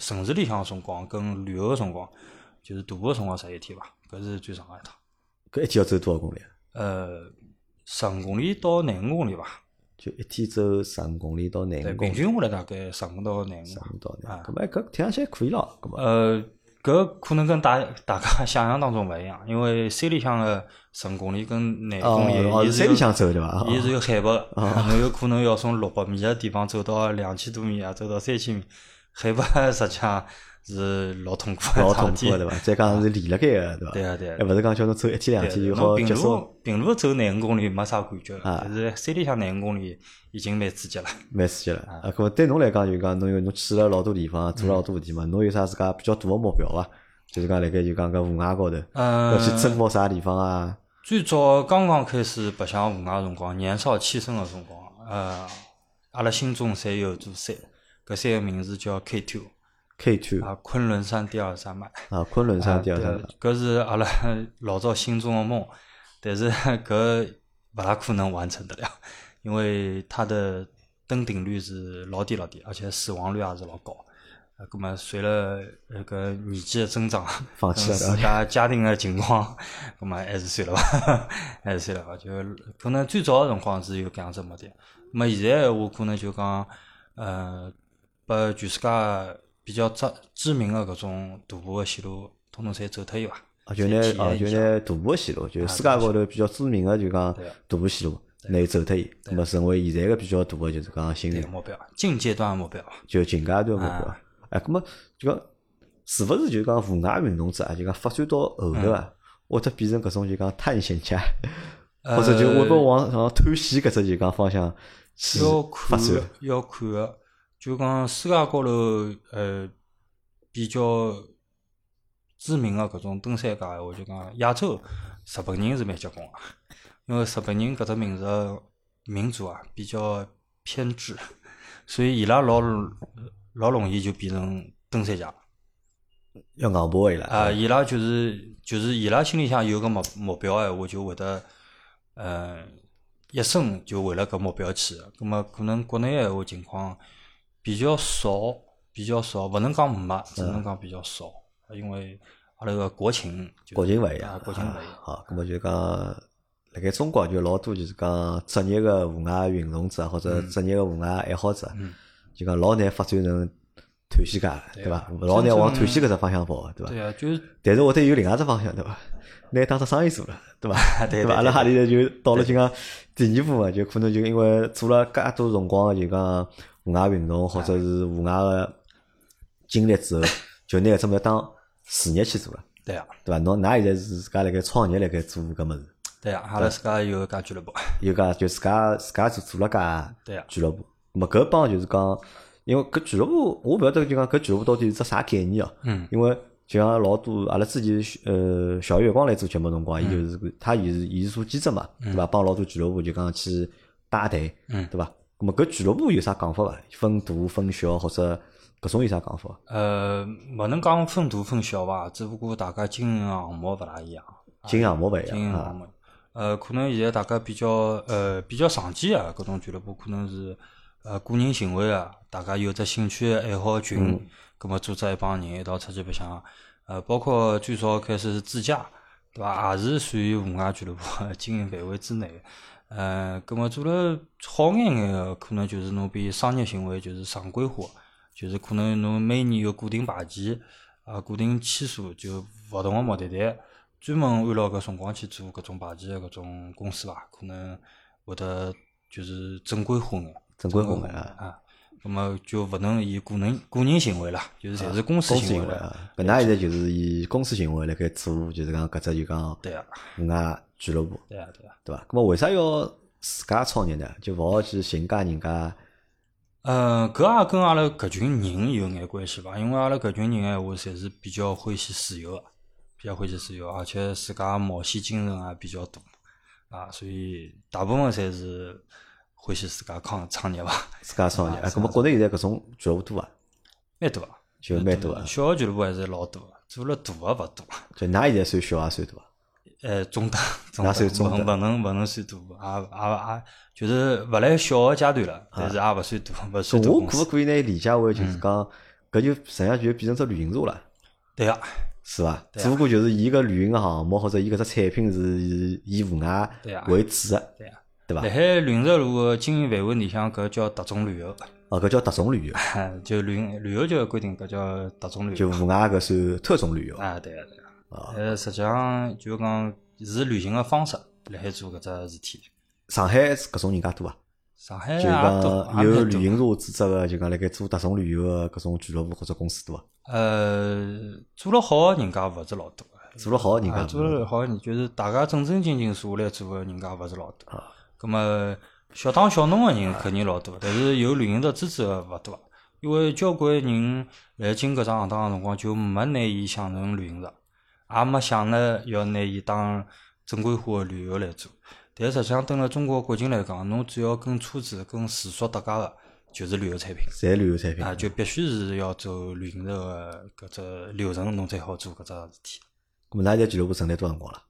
城市里向的辰光跟旅游的辰光，就是徒步的辰光十一天伐，搿是最长的一趟。搿一天要走多少公里啊？呃，十五公里到廿五公里伐，就一天走十五公里到廿对，五平公里，均下来大概十五到廿五十。五到廿啊五。搿么搿听上去还可以咯，搿么呃，搿可能跟大大家想象当中勿一样，因为山里向个十五公里跟廿呃公里，哦，伊是是山有里向走对哦伐？伊是有海 拔的，侬有可能要从六百米个地方走到两千多米啊，走到三千米，海拔实际上是老痛苦的老桩痛事苦的对体。伐？再讲是练辣盖个对伐？哎对啊对啊还。勿是讲叫侬走一天两天就侬好平结束，路平路走廿五公里没啥感觉，啊但是山里向廿五公里已经蛮刺激了。蛮刺激了。啊，搿么对侬来讲就讲侬有侬去了老多地嗯方，做了老多事体嘛，侬有啥自家比较大个目标伐？就是讲辣盖就讲搿户外高头。嗯要，去征服啥地方啊？最早刚刚开始白相户外的辰光，年少气盛的辰光，呃，阿拉心中侪有一座山，搿山个名字叫 K Two， K two 啊，昆仑山第二山脉。啊，昆仑山第二山啊对搿是阿拉 老早心中的梦，但是 搿勿大可能完成得了，因为它的登顶率是老低老低，而且死亡率也是老高。啊，葛么随了那个年纪的增长，放弃了自家家庭的情况，葛么还是算了吧， 还是算了吧。就可能最早的辰光是有搿样子目的，葛么现在我可能就讲，呃，把全世界比较知知名的搿种徒步的线路，统统侪走脱伊伐？啊，就侪拿体验啊一就下啊拿徒步线路，就是世界高头比较知名的就讲对啊徒步线路，拿伊走脱伊，那么成为现在个比较大的就是讲心这愿个，目标，近阶段的目标。就近阶段目啊标。哎，那么就讲是勿是就讲户外运动者啊，就讲发展到后头嗯啊，或者变成搿种就讲探险家，或者就呃会不会往往探险搿只就讲方向去要发看展？要看个，就讲世界高头呃比较知名个搿种登山家，我就讲亚洲日本人是蛮结棍个，啊 因为日本人搿只民族民族啊比较偏执，所以伊拉老老容易就变成登山家。要硬搏伊拉啊，伊拉就是就是伊拉心里向有个目目标哎，我就会得，呃，一生就为了搿目标去。葛么可能国内闲话情况比较少，比较少，勿能讲没，只嗯能讲比较少，因为阿拉个国情就是国情勿一样啊，，国情勿一啊样。好，咁么就讲，辣盖中国就老多就是讲职业个户外运动者或嗯者职业个户外爱好者，就讲老难发展成探险家，对伐？老难往探险搿只方向跑，对伐？对啊，就是但是我得有另外只方向，对伐？拿伊当只生意做了，对伐？ 对伐？对阿拉哈里头就到了就讲第二步嘛，就可能就因为做了介多辰光啊的就讲户外运动或者是户外个经历 之后，就拿搿只物事当事业去做了。对啊，对伐？侬㑚现在是自家辣盖创业辣盖做搿物事，对啊，阿拉自家有一家俱乐部，有家就自家自家做做了家对啊俱乐部。咾么搿帮就是讲，因为搿俱乐部我勿晓得就讲搿俱乐部到底是只啥概念哦。嗯。因为就像老多阿拉之前呃小月光来做节目辰光，伊就是他也是伊是做记者嘛，对伐？帮老多俱乐部就讲去搭台，嗯对伐？咾么搿俱乐部有啥讲法伐？分大分小或者搿种有啥讲法？呃，勿能讲分大分小伐，只不过大家经营个项目勿大一样。经营项目勿一经样营啊项，目。呃，可能现在大家比较呃比较常见啊，搿种俱乐部可能是呃个人行为啊，大家有只兴趣爱好群，葛么组织一帮人一道出去白相，呃，包括最早开始是自驾，对伐？也是属于户外俱乐部的经营范围之内。呃，葛么做了好眼眼个，可能就是侬比商业行为就是常规化，就是可能侬每年有固定排期，啊，固定期数，就勿同个目的地，专门按照搿辰光去做搿种排期个搿种公司伐，可能会得就是正规化眼，正规化眼眼啊啊，葛么就勿能以个人个人行为啦，就是侪是公司公司行行为为了，啊，搿㑚现在就是以公司行为辣盖做，就是讲搿只就讲对啊，户外俱乐部，对啊，对啊。对伐？咁么为啥要自家创业呢？就勿好去寻介人家呃，搿也跟阿拉搿群人有眼关系伐，因为阿拉搿群人闲话，侪是比较欢喜自由个，比较欢喜自由，而且自家冒险精神也比较大啊，所以大部分侪是欢喜自家创创业伐，自家创业啊？咁么国内现在搿种俱乐部多伐？蛮多啊，就蛮多啊小个俱乐部还是老多的，做了大个勿多，就㑚现在算小也啊算大伐？呃，中等，中那等，算中等勿勿能勿能算大，也也也就是勿来小个阶段了，但是也勿算大，勿算大我公可司嗯勿，可以拿理解为就是讲，搿就实际上就变成只旅行社了，对啊。是伐？只不过就是伊搿旅行个项目或者伊搿只产品是以以户外对啊为主个，对啊对伐辣海旅行社如果经营范围里向，搿叫特种旅游， 哦，搿叫特种旅游，就旅旅游局规定搿叫特种旅游就。户外搿算特种旅游啊，对啊，对啊。啊。呃，实际上就讲是旅行个方式，辣海做搿只事体。上海搿种人家多伐？啊上海就哎也多，讲也有蛮旅多。行社组织个，就讲辣盖做特种旅游个搿种俱乐部或者公司多伐？啊呃，做了好，人家勿是老多。做了好人啊，家做了好，就是大家正正经经坐下来做个，人家勿是老多。啊咁么小打小闹个人肯定老多，但是有旅行社资质个勿多，因为交关人来进搿只行当个辰光就没拿伊想成旅行社，也没想着要拿伊当正规化个旅游来做。但实际上，蹲辣中国国情来讲，侬只要跟车子、跟住宿搭界个，就是旅游产品。侪旅游产品啊，就必须是要走旅行社个搿只流程，侬才好做搿只事体。咁么，㑚现在俱乐部成立多少辰光了？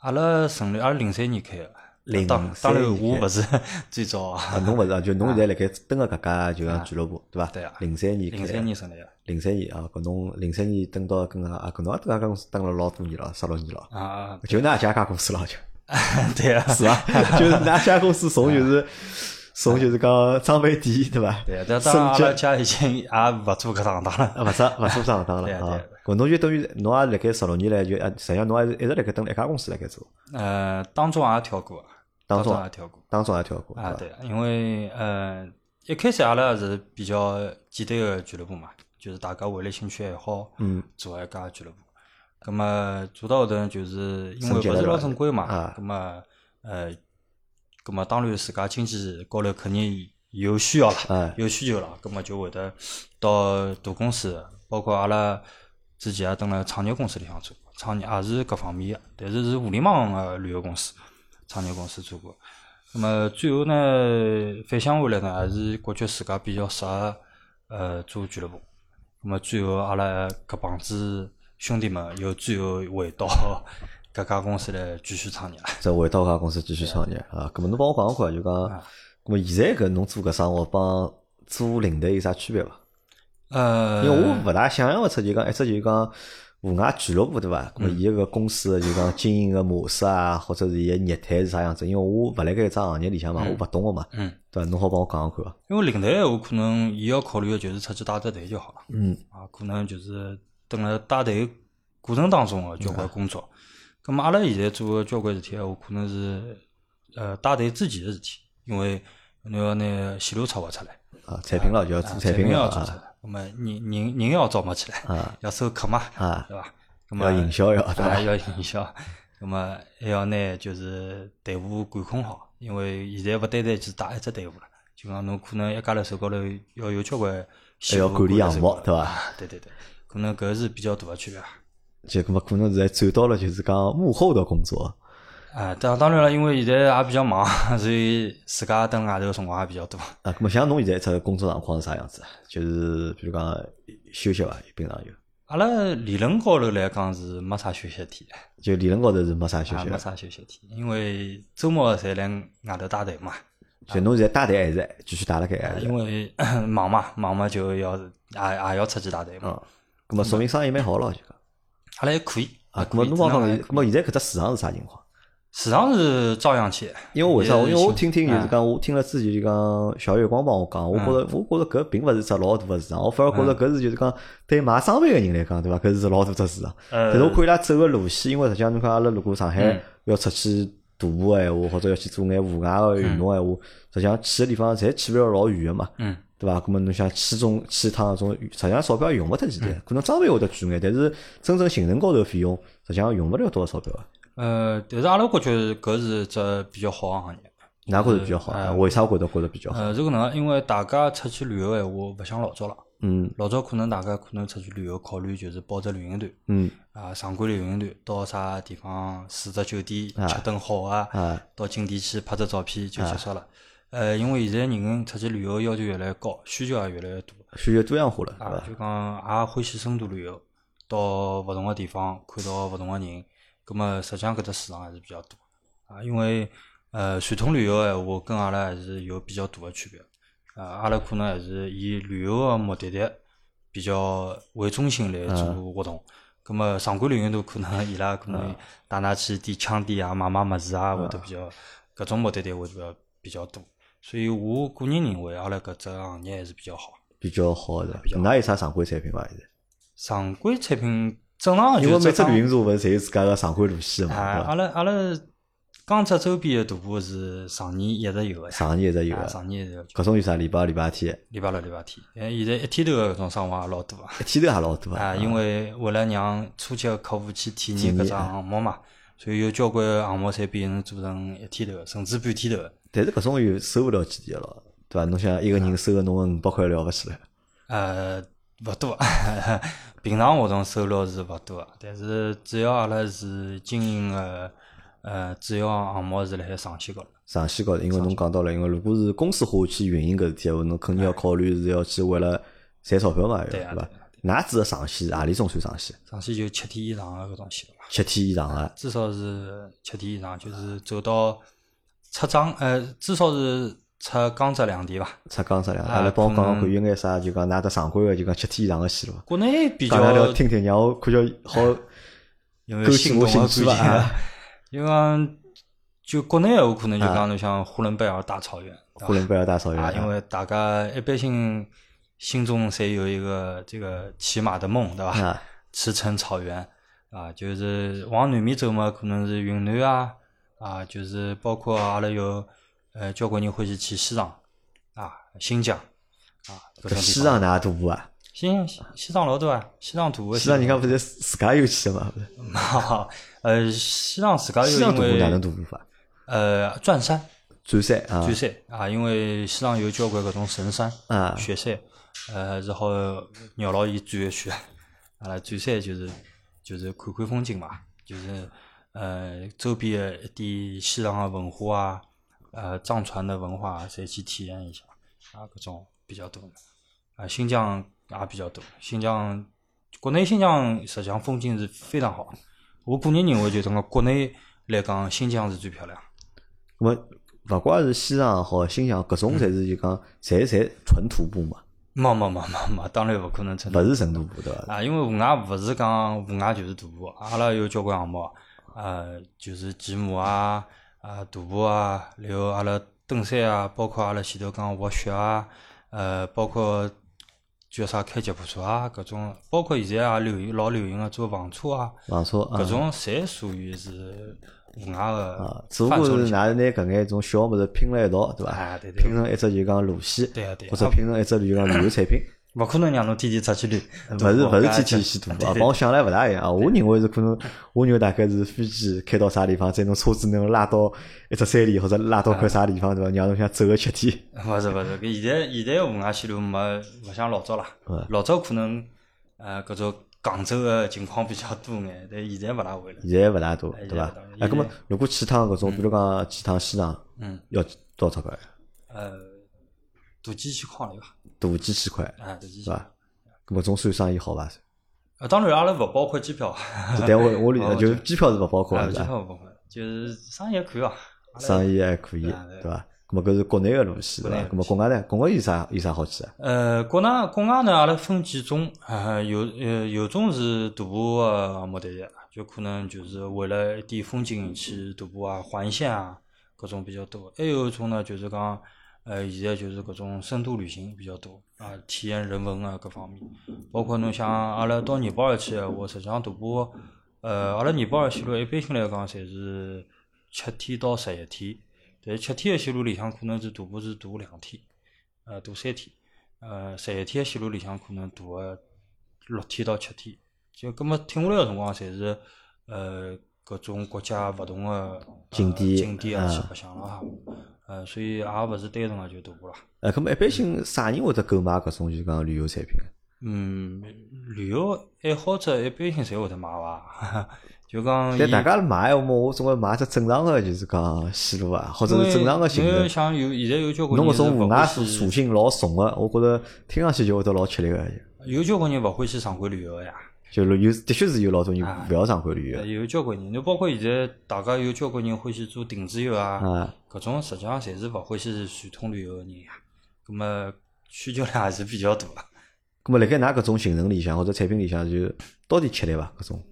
阿拉成立，阿拉零三年开个。 03当当然，年我开勿是最早啊啊，，侬勿是啊？就侬现在辣盖蹲个搿家就讲俱乐部对伐？对啊零三年开零的，三年成立个零三年啊，搿侬零三年蹲到跟啊，啊搿侬也跟阿家公司蹲了老多年了，十六年了， 啊，就㑚家家公司了，就对啊，是伐？就是㑚家公司从就是从就是讲装备店对伐？对啊，但当然升阿级拉家已经也勿做搿档档了，啊，勿做勿做上当了对啊对啊啊！搿侬就等于侬也辣盖十六年来就啊，实际上侬也是一直辣盖蹲一家公司辣盖做，呃，当中也跳过啊，当中中也跳过当中也跳过啊，对伐？对啊，因为呃，一开始阿拉是比较简单个俱乐部嘛，就是大家为了兴趣爱好，嗯，做一家俱乐部。咁么做到后头就是因为升勿级是了对老伐正规嘛啊，咁么呃，咁么当然自家经济高头肯定有需要啦，哎有需求了，咁么就会得到大公司，包括阿拉之前也蹲辣创业公司里向做过，创业也是各方面个，但是是互联网个旅游公司，创业公司做过。那么最后呢，反响回来呢，还是觉觉自家比较适合呃做俱乐部。那么最后阿拉搿帮子兄弟们又最后回到搿家公司来继续创业了。再回到搿家公司继续创业啊！搿么侬帮我讲讲看，就讲，搿么现在搿侬做搿生活帮做领队有啥区别伐？呃，因为我勿大想象勿出，就讲一只就讲户外俱乐部对嗯伐？咁么伊个公司的就讲经营个模式啊，或者是伊个业态是啥样子？因为我勿辣盖搿只行业里向嘛，我勿懂个嘛，嗯对伐？侬好帮我讲讲看伐？因为领队闲话，可能伊要考虑个就是出去带只队就好了。嗯，啊，可能就是等了带队过程当中个交关工嗯作。咁么阿拉现在做个交关事体闲话，可能是呃带队之前个事体，因为侬要拿线路策划出来，啊，产品了就要做啊产产品了要做出啊，来，咁么人人人要招募起来，要收客嘛，啊对伐？咁么要营销要对伐？啊，要营销， 那么还要呢，就是队伍管控好，因为现在勿单单只打一只队伍了，就讲侬可能一家头手高头要有交关还线要路管理在项手目高头对伐？啊对对对，可能搿是比较大个区别啊。就搿么可能是走到了就是讲幕后的工作啊，当当然了，因为现在也比较忙， 所以自家蹲外头个辰光也比较多。啊。搿么像侬现在这个工作状况是啥样子？就是比如讲休息伐，平常有。阿拉理论高头来讲是没啥休息天的，就理论高头是没啥休啊息没的，啥休息天，因为周末侪来外头带队嘛，就侬现在带队还是继续带辣盖还是？啊因为 忙嘛，忙嘛就要也也要出去带队嘛。嗯，咁么说明生意蛮好咯，就讲阿拉还可以啊。还咁可么以侬帮质量讲还讲，咁么现在搿只市场是啥情况？市场是照样去，因为为啥？也因为我行听听就是讲，我听了之前就讲小月光帮我讲，我觉着嗯我觉着搿并勿是只老大个市场，我反而觉着搿是就是讲对买装备个人来讲，对伐？搿是只老大只市场。呃但是我看伊拉走个路线，因为实际上侬看阿拉如果上海嗯要出去徒步个闲话，或者要去做眼户外个运动个闲话，实际上去个地方侪去勿了老远个嘛。嗯，对伐？咁么侬想去种去一趟搿种，实际上钞票用勿脱几多，嗯可能装备会得贵眼，但是真正行程高头费用，实际上用勿了多少钞票个。呃，但是阿拉觉着搿是只比较好个行业。哪觉着比较好？嗯啊为啥觉得觉着比较好？呃，是搿能介，因为大家出去旅游个闲话，勿像老早了。嗯老早可能大家可能出去旅游，考虑就是报只旅行团嗯。啊，常规旅行团到啥地方住只酒店，啊吃顿好啊啊，到景点去拍只照片就结束了。呃，因为现在人出去旅游要求越来越高，需求也越来越多需求多样化了，对啊，伐？就讲也欢喜深度旅游，到勿同个地方看到勿同个人，葛么实际上搿只市场还是比较大啊，因为呃传统旅游个闲话跟阿拉还是有比较大个区别啊，阿拉可能还是以旅游个目的地比较为中心来做活动。葛么常规旅行团可能 伊拉可能带㑚去点枪店啊、买买物事啊，会得比较搿种目的地会比较比较多，所以我个人认为阿拉搿只行业还是比较好。比较好的。㑚有啥常规产品伐？现在？常规产品正常的因就为每只是这旅行社勿是侪有自家个常规路线张嘛，哎，对伐？阿拉阿拉江浙周边的徒步是常年一直有的呀，常年一直有哎个，常年一直有，搿种有啥？礼拜六礼拜天，礼拜六礼拜天，哎，现在一天头的搿种生活也老多啊，一天头也老多啊，啊。因为为了让初级的客户去体验体搿验只项目嘛，所以有交关项目侪变成做成一天头的，甚至半天头的。但是搿种又收勿了几钿个咯，对伐？侬想一个人收个侬个五百块了勿起了，呃，勿多， 平常活动收入是勿多的，但是主要阿拉是经营的，呃，主要项目是辣海上线高头。上线高头，因为侬讲到了，因为如果是公司化去运营搿事体，闲话，侬肯定要考虑是要去为了赚钞票嘛，要哎对对啊伐对？㑚指个上线是何里种算上线？上线就七天以上的搿种线路嘛，七天以上啊个，至少是七天以上，就是走到出张呃，至少是出江浙两地吧。出江浙两，啊阿拉帮我讲可讲能看有眼啥，就讲㑚搭常规个，就讲七天以上个线路伐。国内比较讲两聊听听，让我看叫好有没勾有起心我动的兴趣感觉？吧啊因为讲就国内闲话，可能就讲侬像呼伦贝尔大草原，对吧呼伦贝尔大草原啊，因啊，为大家一般性心中谁有一个这个骑马的梦，对吧？啊驰骋草原啊，就是往南面走嘛，可能是云南啊，啊，就是包括阿拉有呃交关人欢喜去西藏啊、新疆啊，各搿种西地方。藏哪大步啊？新西藏老多啊，西藏徒步。西藏人家勿是自家有去的嘛？嗯哈哈 呃，西藏自家西又藏因徒步哪能为徒步法？呃转山转山啊转山啊，因为西藏有交关搿种神山啊雪山，呃，然后绕牢伊转一圈，阿拉转山就是就是看看风景嘛，就是呃周边的一点西藏的文化啊，呃藏传的文化啊侪去体验一下啊，搿种比较多的啊，新疆也比较多，新疆国内新疆实际上风景是非常好，我个人认为就整个国内来讲，新疆是最漂亮。那么勿怪是西藏也好，新疆搿种侪是就讲，侪侪纯徒步嘛，没没没没没，当然勿可能成勿是纯徒步对伐？啊，因为户外勿是讲户外就是徒步，阿拉有交关项目，呃，就是骑马啊，啊，徒步啊，然后阿拉登山啊，包括阿拉前头讲滑雪啊，呃，包括叫啥开吉普车啊，搿种，包括现在也流行老流行个坐房车啊，网车啊搿种侪属于是户外啊个，只不范过畴是里㑚向。拿搿眼种小物事拼辣一道对伐啊？对对拼成一只就讲路线，对啊对啊或者拼成一只就讲旅游产品。勿可能让侬天天出去旅，勿徒是步勿是搿天也天吃去徒啊步对啊，对帮我想来勿大一样啊。我认为是可能，我认为大概是飞机开到啥地方，再侬车子能拉到一只山里，或者拉到啊块啥地方，对伐？让侬想走个七天， 勿是勿是，搿现在现在的户外线路没勿像老早啦嗯。老早可能呃搿种港州个情况比较多眼，但现在勿大会了。现在勿大多，哎嗯对伐现在勿大？哎，咁么如果去趟搿种，比如讲去趟西藏，嗯，要多少钞票呀？呃，大几千块钿伐？大几千块，啊，大几对千。伐？咁么总算生意好 伐？啊，当然阿拉勿包括机票。但我我理哦就机票是勿包括啊，的，机对伐？啊票勿包括，就是生意也可以伐？阿拉生意还可以，对啊对啊对伐？咁么搿是国内个路线对国伐内？咁么国外呢？国外有啥有啥好去啊？呃，国内国外呢，阿拉分几种，呃、有呃有种是徒步个目的地，就可能就是为了一点风景去徒步啊、环线啊，搿种比较多。还有一种呢，就是讲呃现在就是搿种深度旅行比较多啊，体验人文啊各方面，包括侬像阿拉到尼泊尔去的话，实际上徒步，呃，阿拉尼泊尔线路一般性来讲，侪是七天到十一天，但是七天个线路里向可能是徒步是徒两天。呃，大三天，呃，十一天的线路里向可能大个六天到七天，就葛末停下来个辰光，侪是呃各种国家勿同个景点呃景点啊去嗯白相了哈，呃，所以也勿是单纯个就徒步啦。呃，咁么一般性啥人会得购买搿种就是讲旅游产品啊？嗯，旅游爱好者一般性侪会得买伐， 就讲但伊大家买闲话，我总归买只正常个，就是讲线路啊，或因者为是正常个行因程为。像有现在有交关侬人搿是种勿户外欢属喜属性老重个，我觉着听上去就会得老吃力个。有交关人勿欢喜常规旅游个呀。就有的确是有老多人啊勿要常规旅游呃有交关人，侬包括现在大家有交关人欢喜做定制游啊，啊。搿种实际上侪是勿欢喜传统旅游个人呀。葛么需求量还是比较大个。咁么辣盖㑚搿种行程里向或者产品里向，就到底吃力伐？搿种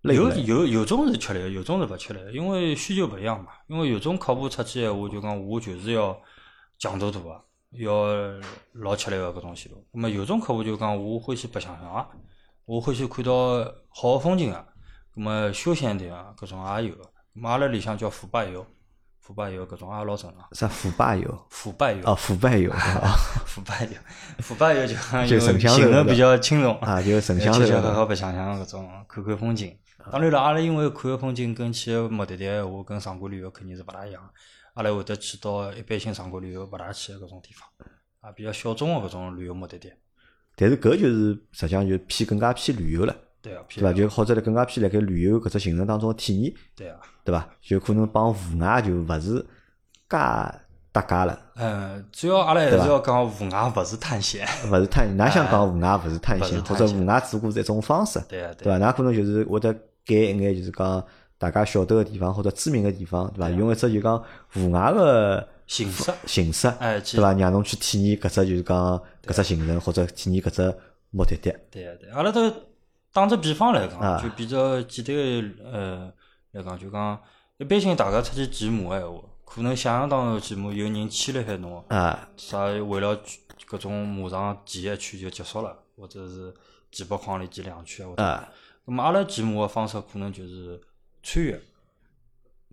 累不有累？有有种是吃力的，有种是勿吃力的，因为需求勿一样嘛。因为有种客户出去闲话，就讲我就是要强度大个，要老吃力啊个搿种线路。那么有种客户就讲我欢喜白相相啊，我欢喜看到好个风景啊，那么休闲一点啊，搿种也有个。那么阿拉里向叫腐败游，腐败游搿种也老正常。啥腐败游腐败游啊，，腐败 游啊，腐败游，腐败游就讲就因城为墙行头程的比较轻松啊就是城呃墙吃头吃的啊喝喝白相相搿种，看看风景。当然了，阿拉因为看个风景跟去个目的地闲话，跟常规旅游肯定是勿大一样。阿拉会得去到一般性常规旅游勿大去个搿种地方，啊，比较小众个搿种旅游目的地。但是搿就是实际上就偏更加偏旅游了，对啊，对伐？就偏或者更加偏辣盖旅游搿只行程当中的体验，对啊。对伐？就可能帮户外就勿是介搭界了，嗯，主要阿拉还是要讲户外勿是探险。勿是探，㑚想讲户外勿是探哎勿是险，或探者险户外只不过是一种方式，对啊，对啊。伐？㑚可能就是会得改一眼，就是讲大家晓得个地方或者知名个地方，对伐？啊用一只就讲户外个形式形式，哎去对伐？让侬去体验搿只就是讲搿只行程或者体验搿只目的地。对啊，对啊，阿拉都打只比方来讲，啊就比较简单个呃来讲，就讲一般性大家出去骑马个闲话，可能想象当中的骑马有人牵辣海侬，啊，啥围绕搿种马上骑一圈就结束了，或者是几百公里骑两圈或者。啊那么阿拉骑马个方式可能就是穿越。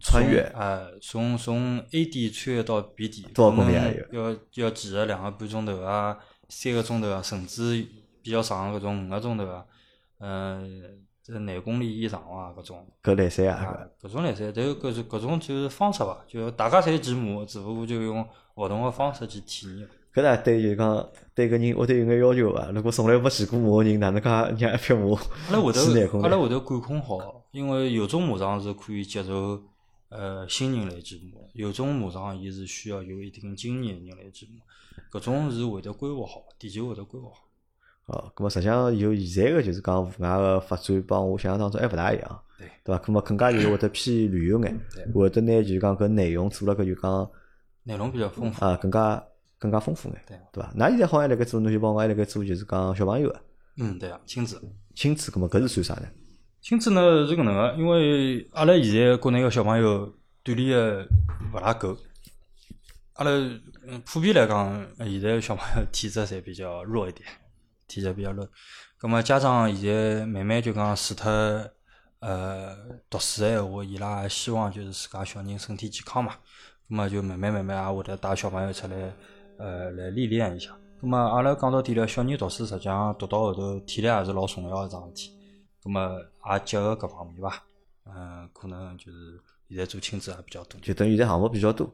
穿越从呃，从从 A 点穿越到 B 点，多少可公里能啊要要骑个两个半钟头啊，三个钟头啊，甚至比较长个搿种五个钟头啊，呃，这廿公里以上啊，搿种搿来三啊，啊，搿种来塞，但是搿是搿种就是方式伐，就大家侪骑马，只不过就用勿同个方式去体验。搿呢对就是讲对搿人会得有眼要求啊伐？如果从来没骑过马个人，哪能介让一匹马？阿拉会是内头，控阿的拉会头管控好，因为有种马场是可以接受呃新人来骑马，有种马场伊是需要有一定经验的人来骑马，搿种是会得规划好，提前会得规划好。哦，咁么实际上有现在个就是讲户外个发展，帮我想象当中还勿大一样，对对伐？咁么更加就是会得偏旅游眼对，会得拿就是讲搿内容做了搿就讲内容比较丰富，啊更加更加丰富眼对，对伐？㑚现在好像还辣盖做，侬就帮我还辣盖做就是讲小朋友个嗯，对啊，亲子。亲子，咁么搿是算啥呢？亲子呢是搿能个，因为阿拉现在国内个小朋友锻炼个勿大够，阿拉嗯普遍来讲，现在小朋友体质侪比较弱一点，体质比较弱。葛么家长现在慢慢就讲除脱呃读书个闲话，伊拉也希望就是自家小人身体健康嘛。葛么就慢慢慢慢也会得带小朋友出来，呃，来历练一下。葛么阿拉讲到底了，小人读书实际上读到后头，体力也是老重要一桩事体。葛么也结合各方面吧，嗯，可能就是现在做亲子也比较多，就等于现在项目比较多，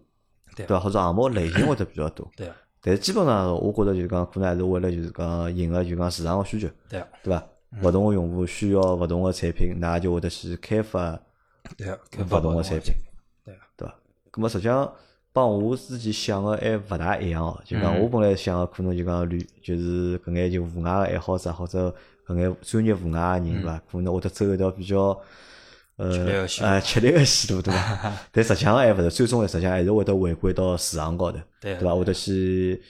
对对伐？或者项目类型会得比较多，对啊，但是基本上我觉着就是讲可能还是为了就是讲迎合就是讲市场个需求，对啊，对伐？勿同个用户需要勿同个产品，㑚就会得去开发。对啊，搿勿同个产品，对啊，对伐？咁么实际上帮我之前想个还勿大一样哦，就嗯讲我本来想个可能就讲旅，就是搿眼就户外个爱好者或者搿眼专业户外个人伐，可能会得走一条比较呃嗯吃力个西，路呃，吃力个西路，对伐？ 但实际上还勿是，最终实际上还是会得回归到市场高头，对啊对伐？会得去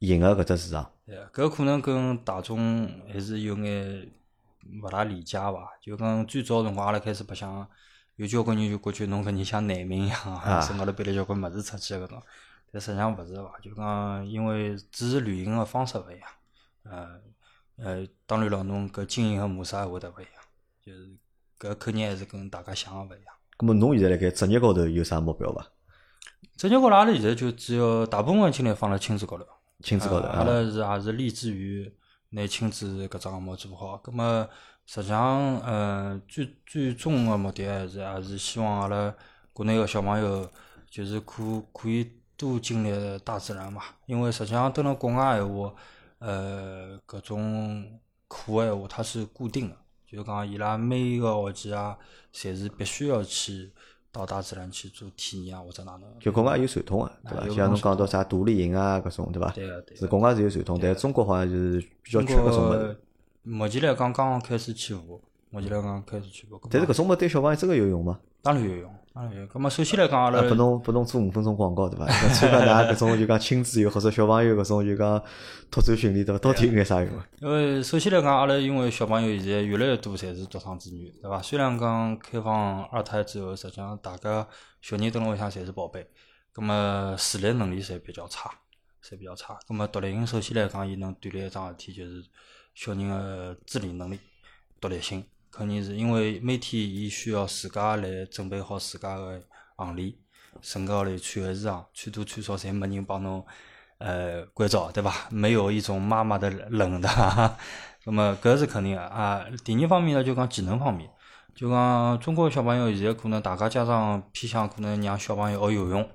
迎合搿只市场，对啊，搿可能跟大众还是有眼勿大理解伐？就讲最早辰光阿拉开始白相，有交关人就感觉侬搿人像难民一样啊啊， 身高头背了交关物事出去搿种。但实际上勿是伐？就讲因为只是旅行个方式勿一样，呃呃，当然了，侬搿经营个模式也会得勿一样，就是搿肯定还是跟大家想个勿一样。咁么侬现在辣盖职业高头有啥目标呃伐？职业高头阿拉现在就主要大部分精力放辣亲子高头。亲子高头呃阿啊，拉是也是立志于拿亲子搿只项目做好。葛么实际上，呃，最最终个目的还是还是希望阿拉国内个小朋友就是可可以多经历大自然嘛。因为实际上，蹲辣国外闲话，呃，搿种课闲话它是固定的，就是讲伊拉每一个学期啊，侪是必须要去到大自然去做体验啊，或者哪能。就国外有传统啊，对啊伐？有像搿侬种讲到啥独立营啊搿种，对伐？对个对个。是国外是有传统，但中国好像就是比较缺搿种物事。目前来讲，刚刚开始起步，目前来讲开始起步。但是搿种物事对小朋友真个有用吗？啊当然有用，当然有用。咁么首先来讲，阿拉啊，拨侬拨侬做五分钟广告对伐？参加㑚搿种就讲亲子游或者小朋友搿种就讲拓展训练对伐？到底有眼啥用啊？因为首先来讲，阿拉因为小朋友现在越来越多侪是独生子女，对伐？虽然讲开放二胎之后，实际上大家小人蹲辣屋里向侪是宝贝，葛么自立能力侪比较差，侪比较差。葛么独立性首先来讲，伊能锻炼一桩事体，就是小人个自理能力、独立性，肯定是因为每天伊需要自家来准备好自家个行钿，身高头穿个日常，穿多穿少侪没人帮侬呃关照，对吧？没有一种妈妈的冷的， 那么搿是肯定的啊。第二方面呢，就讲技能方面，就讲中国小朋友现在可能大家家长偏向可能让小朋友学游泳，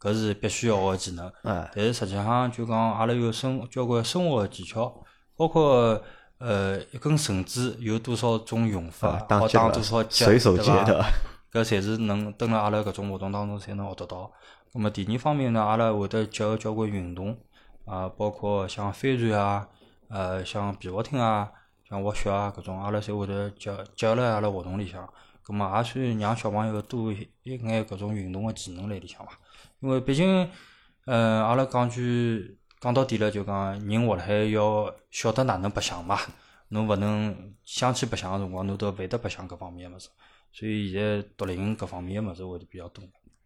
搿是必须要学个技能。啊， 但是实际上就讲阿拉有生交关生活的技巧，包括呃一根绳子有多少种用法，啊当好结打的多少结，随手对结吧的搿侪是能蹲辣阿拉搿种活动当中才能学得到。那么第二方面呢，阿拉会得结合交关运动啊，包括像帆船啊，呃，像皮划艇啊，像滑雪啊搿种，阿拉侪会得结结合辣阿拉活动里向。葛么也算让小朋友多一一眼搿种运动个技能辣里向伐。因为毕竟，呃，阿拉讲句讲到底了，就讲人活辣海要晓得哪能白相嘛。侬勿能想去白相个辰光，侬都会得白相搿方面个物事。所以现在独立营搿方面个物事会得比较多。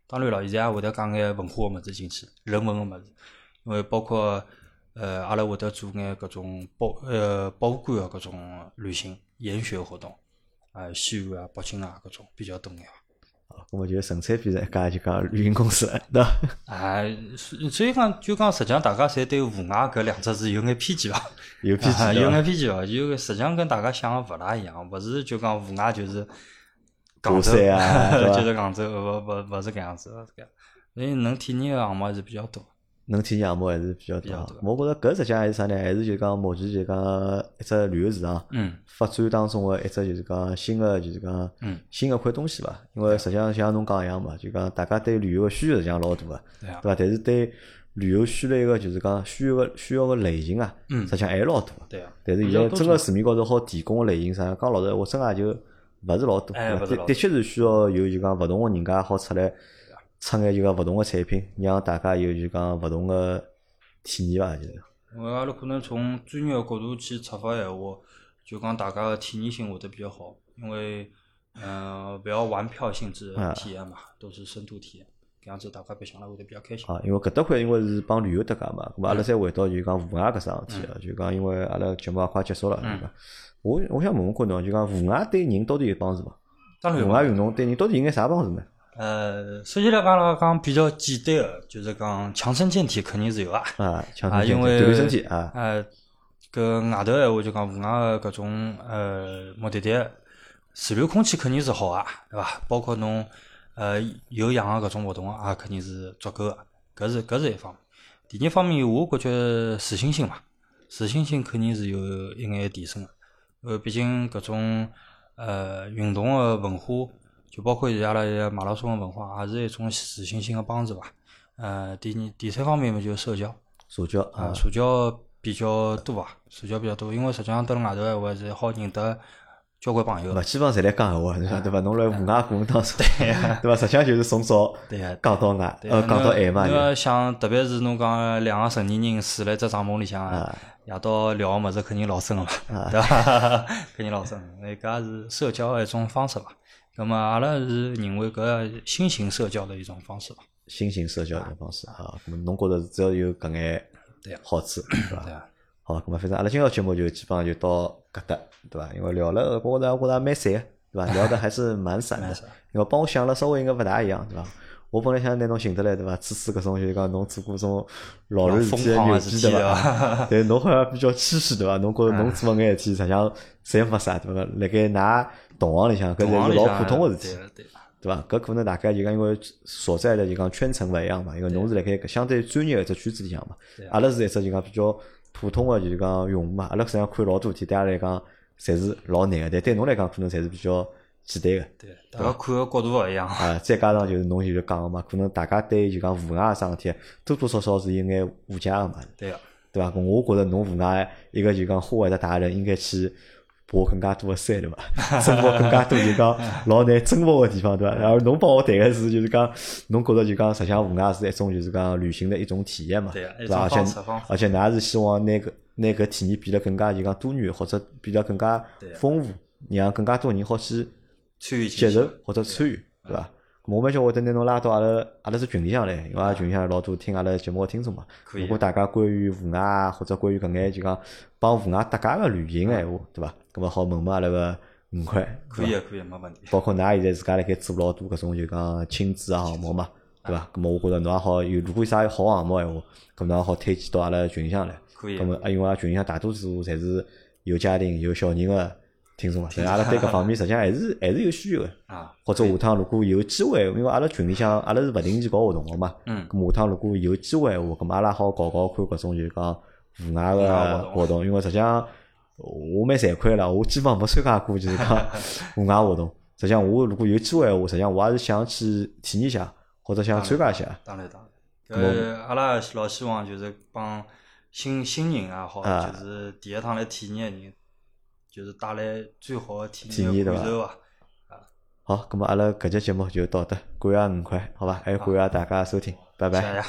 当然了，现在也会得讲眼文化个物事进去，人文个物事，因为包括呃，阿拉会得做眼搿种博呃博物馆个搿种旅行研学活动，啊，西安啊、北京啊搿种比较多眼。我们就纯粹变成一家就讲旅行公司了，对伐？啊，所所以讲就讲，实际上大家侪对户外搿两只字有眼偏见伐？有脾气啊对有伐眼偏见哦，就实际上跟大家想的勿大一样，勿是就讲户外就是爬港州山 啊对吧就是港州，勿勿勿是搿样子，勿是搿样。所以能体验的项目还是比较多。能体验项目还是比较比较大多。我觉着搿实际上还是啥呢？还是就讲目前就讲一只旅游市场。嗯发展当中的一只就是讲新的就是讲嗯新的块东西伐，因为实际上像侬讲一样嘛，就讲大家对旅游的需求实际上老大个，对啊对伐？但是对旅游需求个就是讲需要个需要个类型啊，嗯实际上还老大。对啊但是现比较在多真个市面高头好提供个类型啥，讲老实话，真个也就勿是老多。哎对伐勿是的老的确是需要有就讲勿同个人家好出来出眼就讲勿同个产品，让大家有就讲勿同个体验伐，就是。因为阿拉可能从专业的角度去出发闲话，就讲大家的体验性会得比较好，因为嗯，勿要玩票性质啊的体验嘛，都是深度体验，搿样子大家白相了会得比较开心。啊，因为搿搭块因为是帮旅游搭界嘛，咁啊阿嗯拉再回到就讲户外搿桩事体啊了，就讲因为阿拉节目也快结束了，嗯对伐？我我想问问看侬，就讲户外对人到底有帮助伐？当然有户外运动对人到底有眼啥帮助呢？呃，首先来讲来讲比较简单的，就是讲强身健体肯定是有啊。啊，强啊，身健因体，为锻炼身体啊，呃，搿外头闲话就讲户外个搿种呃目的地，自然空气肯定是好啊，对伐？包括侬呃有氧个搿种活动啊，肯定是足够个。搿是搿是一方面。第二方面，我感觉自信心嘛，自信心肯定是有一眼提升个。呃，毕竟搿种呃运动个文化，就包括现在阿拉现在马拉松个文化，也是一种自信心个帮助吧。呃，第二第三方面嘛，就是社交。社交啊啊，，社交比较多啊，社交比较多，因为实际上蹲辣外头闲话是好认得交关朋友嘛，基本上侪来讲闲话，是吧对伐？侬辣户外过程当中，对伐？实际上就是从早对呀讲到外，对呃，啊讲到晚嘛侬就，要想，特别是侬讲两个成年人住辣一只帐篷里向啊，夜到聊个物事肯定老深个嘛，啊 对伐？肯定老深，那搿也是社交个一种方式伐？那么阿拉是认为搿新型社交的一种方式伐？新型社交的方式啊。那么侬觉着只要有搿眼对呀好处，对伐对？啊，好，咁么反正阿拉今朝节目就基本上就到搿搭，对伐？因为聊了，我觉着我觉着蛮散，个，对 伐？聊得还是蛮散的蛮散，因为帮我想了稍微应该勿大一样，对伐？我本来想拿侬寻得来，对伐？吹吹搿种就是讲侬做过种老人事体老疯狂牛的逼，事体啊哦嗯对对伐？但侬好像比较谦虚，对伐？侬觉着侬做搿眼事体，实际上侪没啥，对伐？辣盖㑚同行里向， 搿同侪行是里老向普通个事体。 对啊对啊对伐？搿可能大家就讲，因为所在的就讲圈层勿一样嘛，因为侬是辣盖搿相对专业的一只圈子里向嘛对，啊阿拉是一只就讲比较普通的就是讲用户嘛，阿拉实际上看老多事体，对阿拉来讲侪是老难个，但对侬来讲可能侪是比较简单个。对啊，大家看个角度勿一样。 啊，再加上就是侬就是讲个嘛，可能大家对就讲户外桩事体多多少少是有眼误解个嘛，对啊，对伐？我觉着侬户外一个就讲户外的达人应该去爬更加多的山， 对伐？征服更加多就讲老难征服的地方，对伐？然后侬帮我谈个是就是讲，侬觉着就讲实际上户外是一种就是讲旅行的一种体验嘛，对啊对一伐？而种且方式方式而且㑚是希望拿搿拿搿体验变得更加就讲多元，或者变得更加对啊丰富，让更加多人好去参与接进去受或者参与，对伐？咁我蛮想会得拿侬拉到阿拉阿拉只群里向来，因为阿拉群里向有老多听阿拉节目个听众嘛。可以如果大家关于户外啊或者关于搿眼就讲帮户外搭界个旅行个闲话，对伐？咁么好问问阿拉个五块，可以啊可以啊，没问题。包括㑚现在自家辣盖做老多搿种就讲亲子个项目嘛，对伐？咁么我觉着侬也好有，如果有啥好个项目闲话，咁侬也好推荐到阿拉群里向来。可以啊咁么啊，因为阿拉群里向大多数侪是有家庭有小人个听众嘛，所以阿拉对搿方面实际上还是还是有需求个。啊，或者下趟如果有机会，因为阿拉群里向阿拉是勿定期搞活动个嘛，嗯咁下趟如果有机会闲话，咁阿拉好搞搞看搿种就是讲户外户外活个动活动，因为实际上我蛮惭愧了，我基本上没参加过就是讲户外活动。实际上我如果有机会闲话，实际上我还是想去体验一下，或者想参加一下。当然当然。咾呃，阿拉也是老希望就是帮新新人也好，啊就是第一趟来体验的人，就是带来最好的体体验验的对感伐受啊伐。啊好，咁么阿拉搿节节目就到这，感谢五块，好吧？还有感谢大家收听，拜谢拜谢。大家。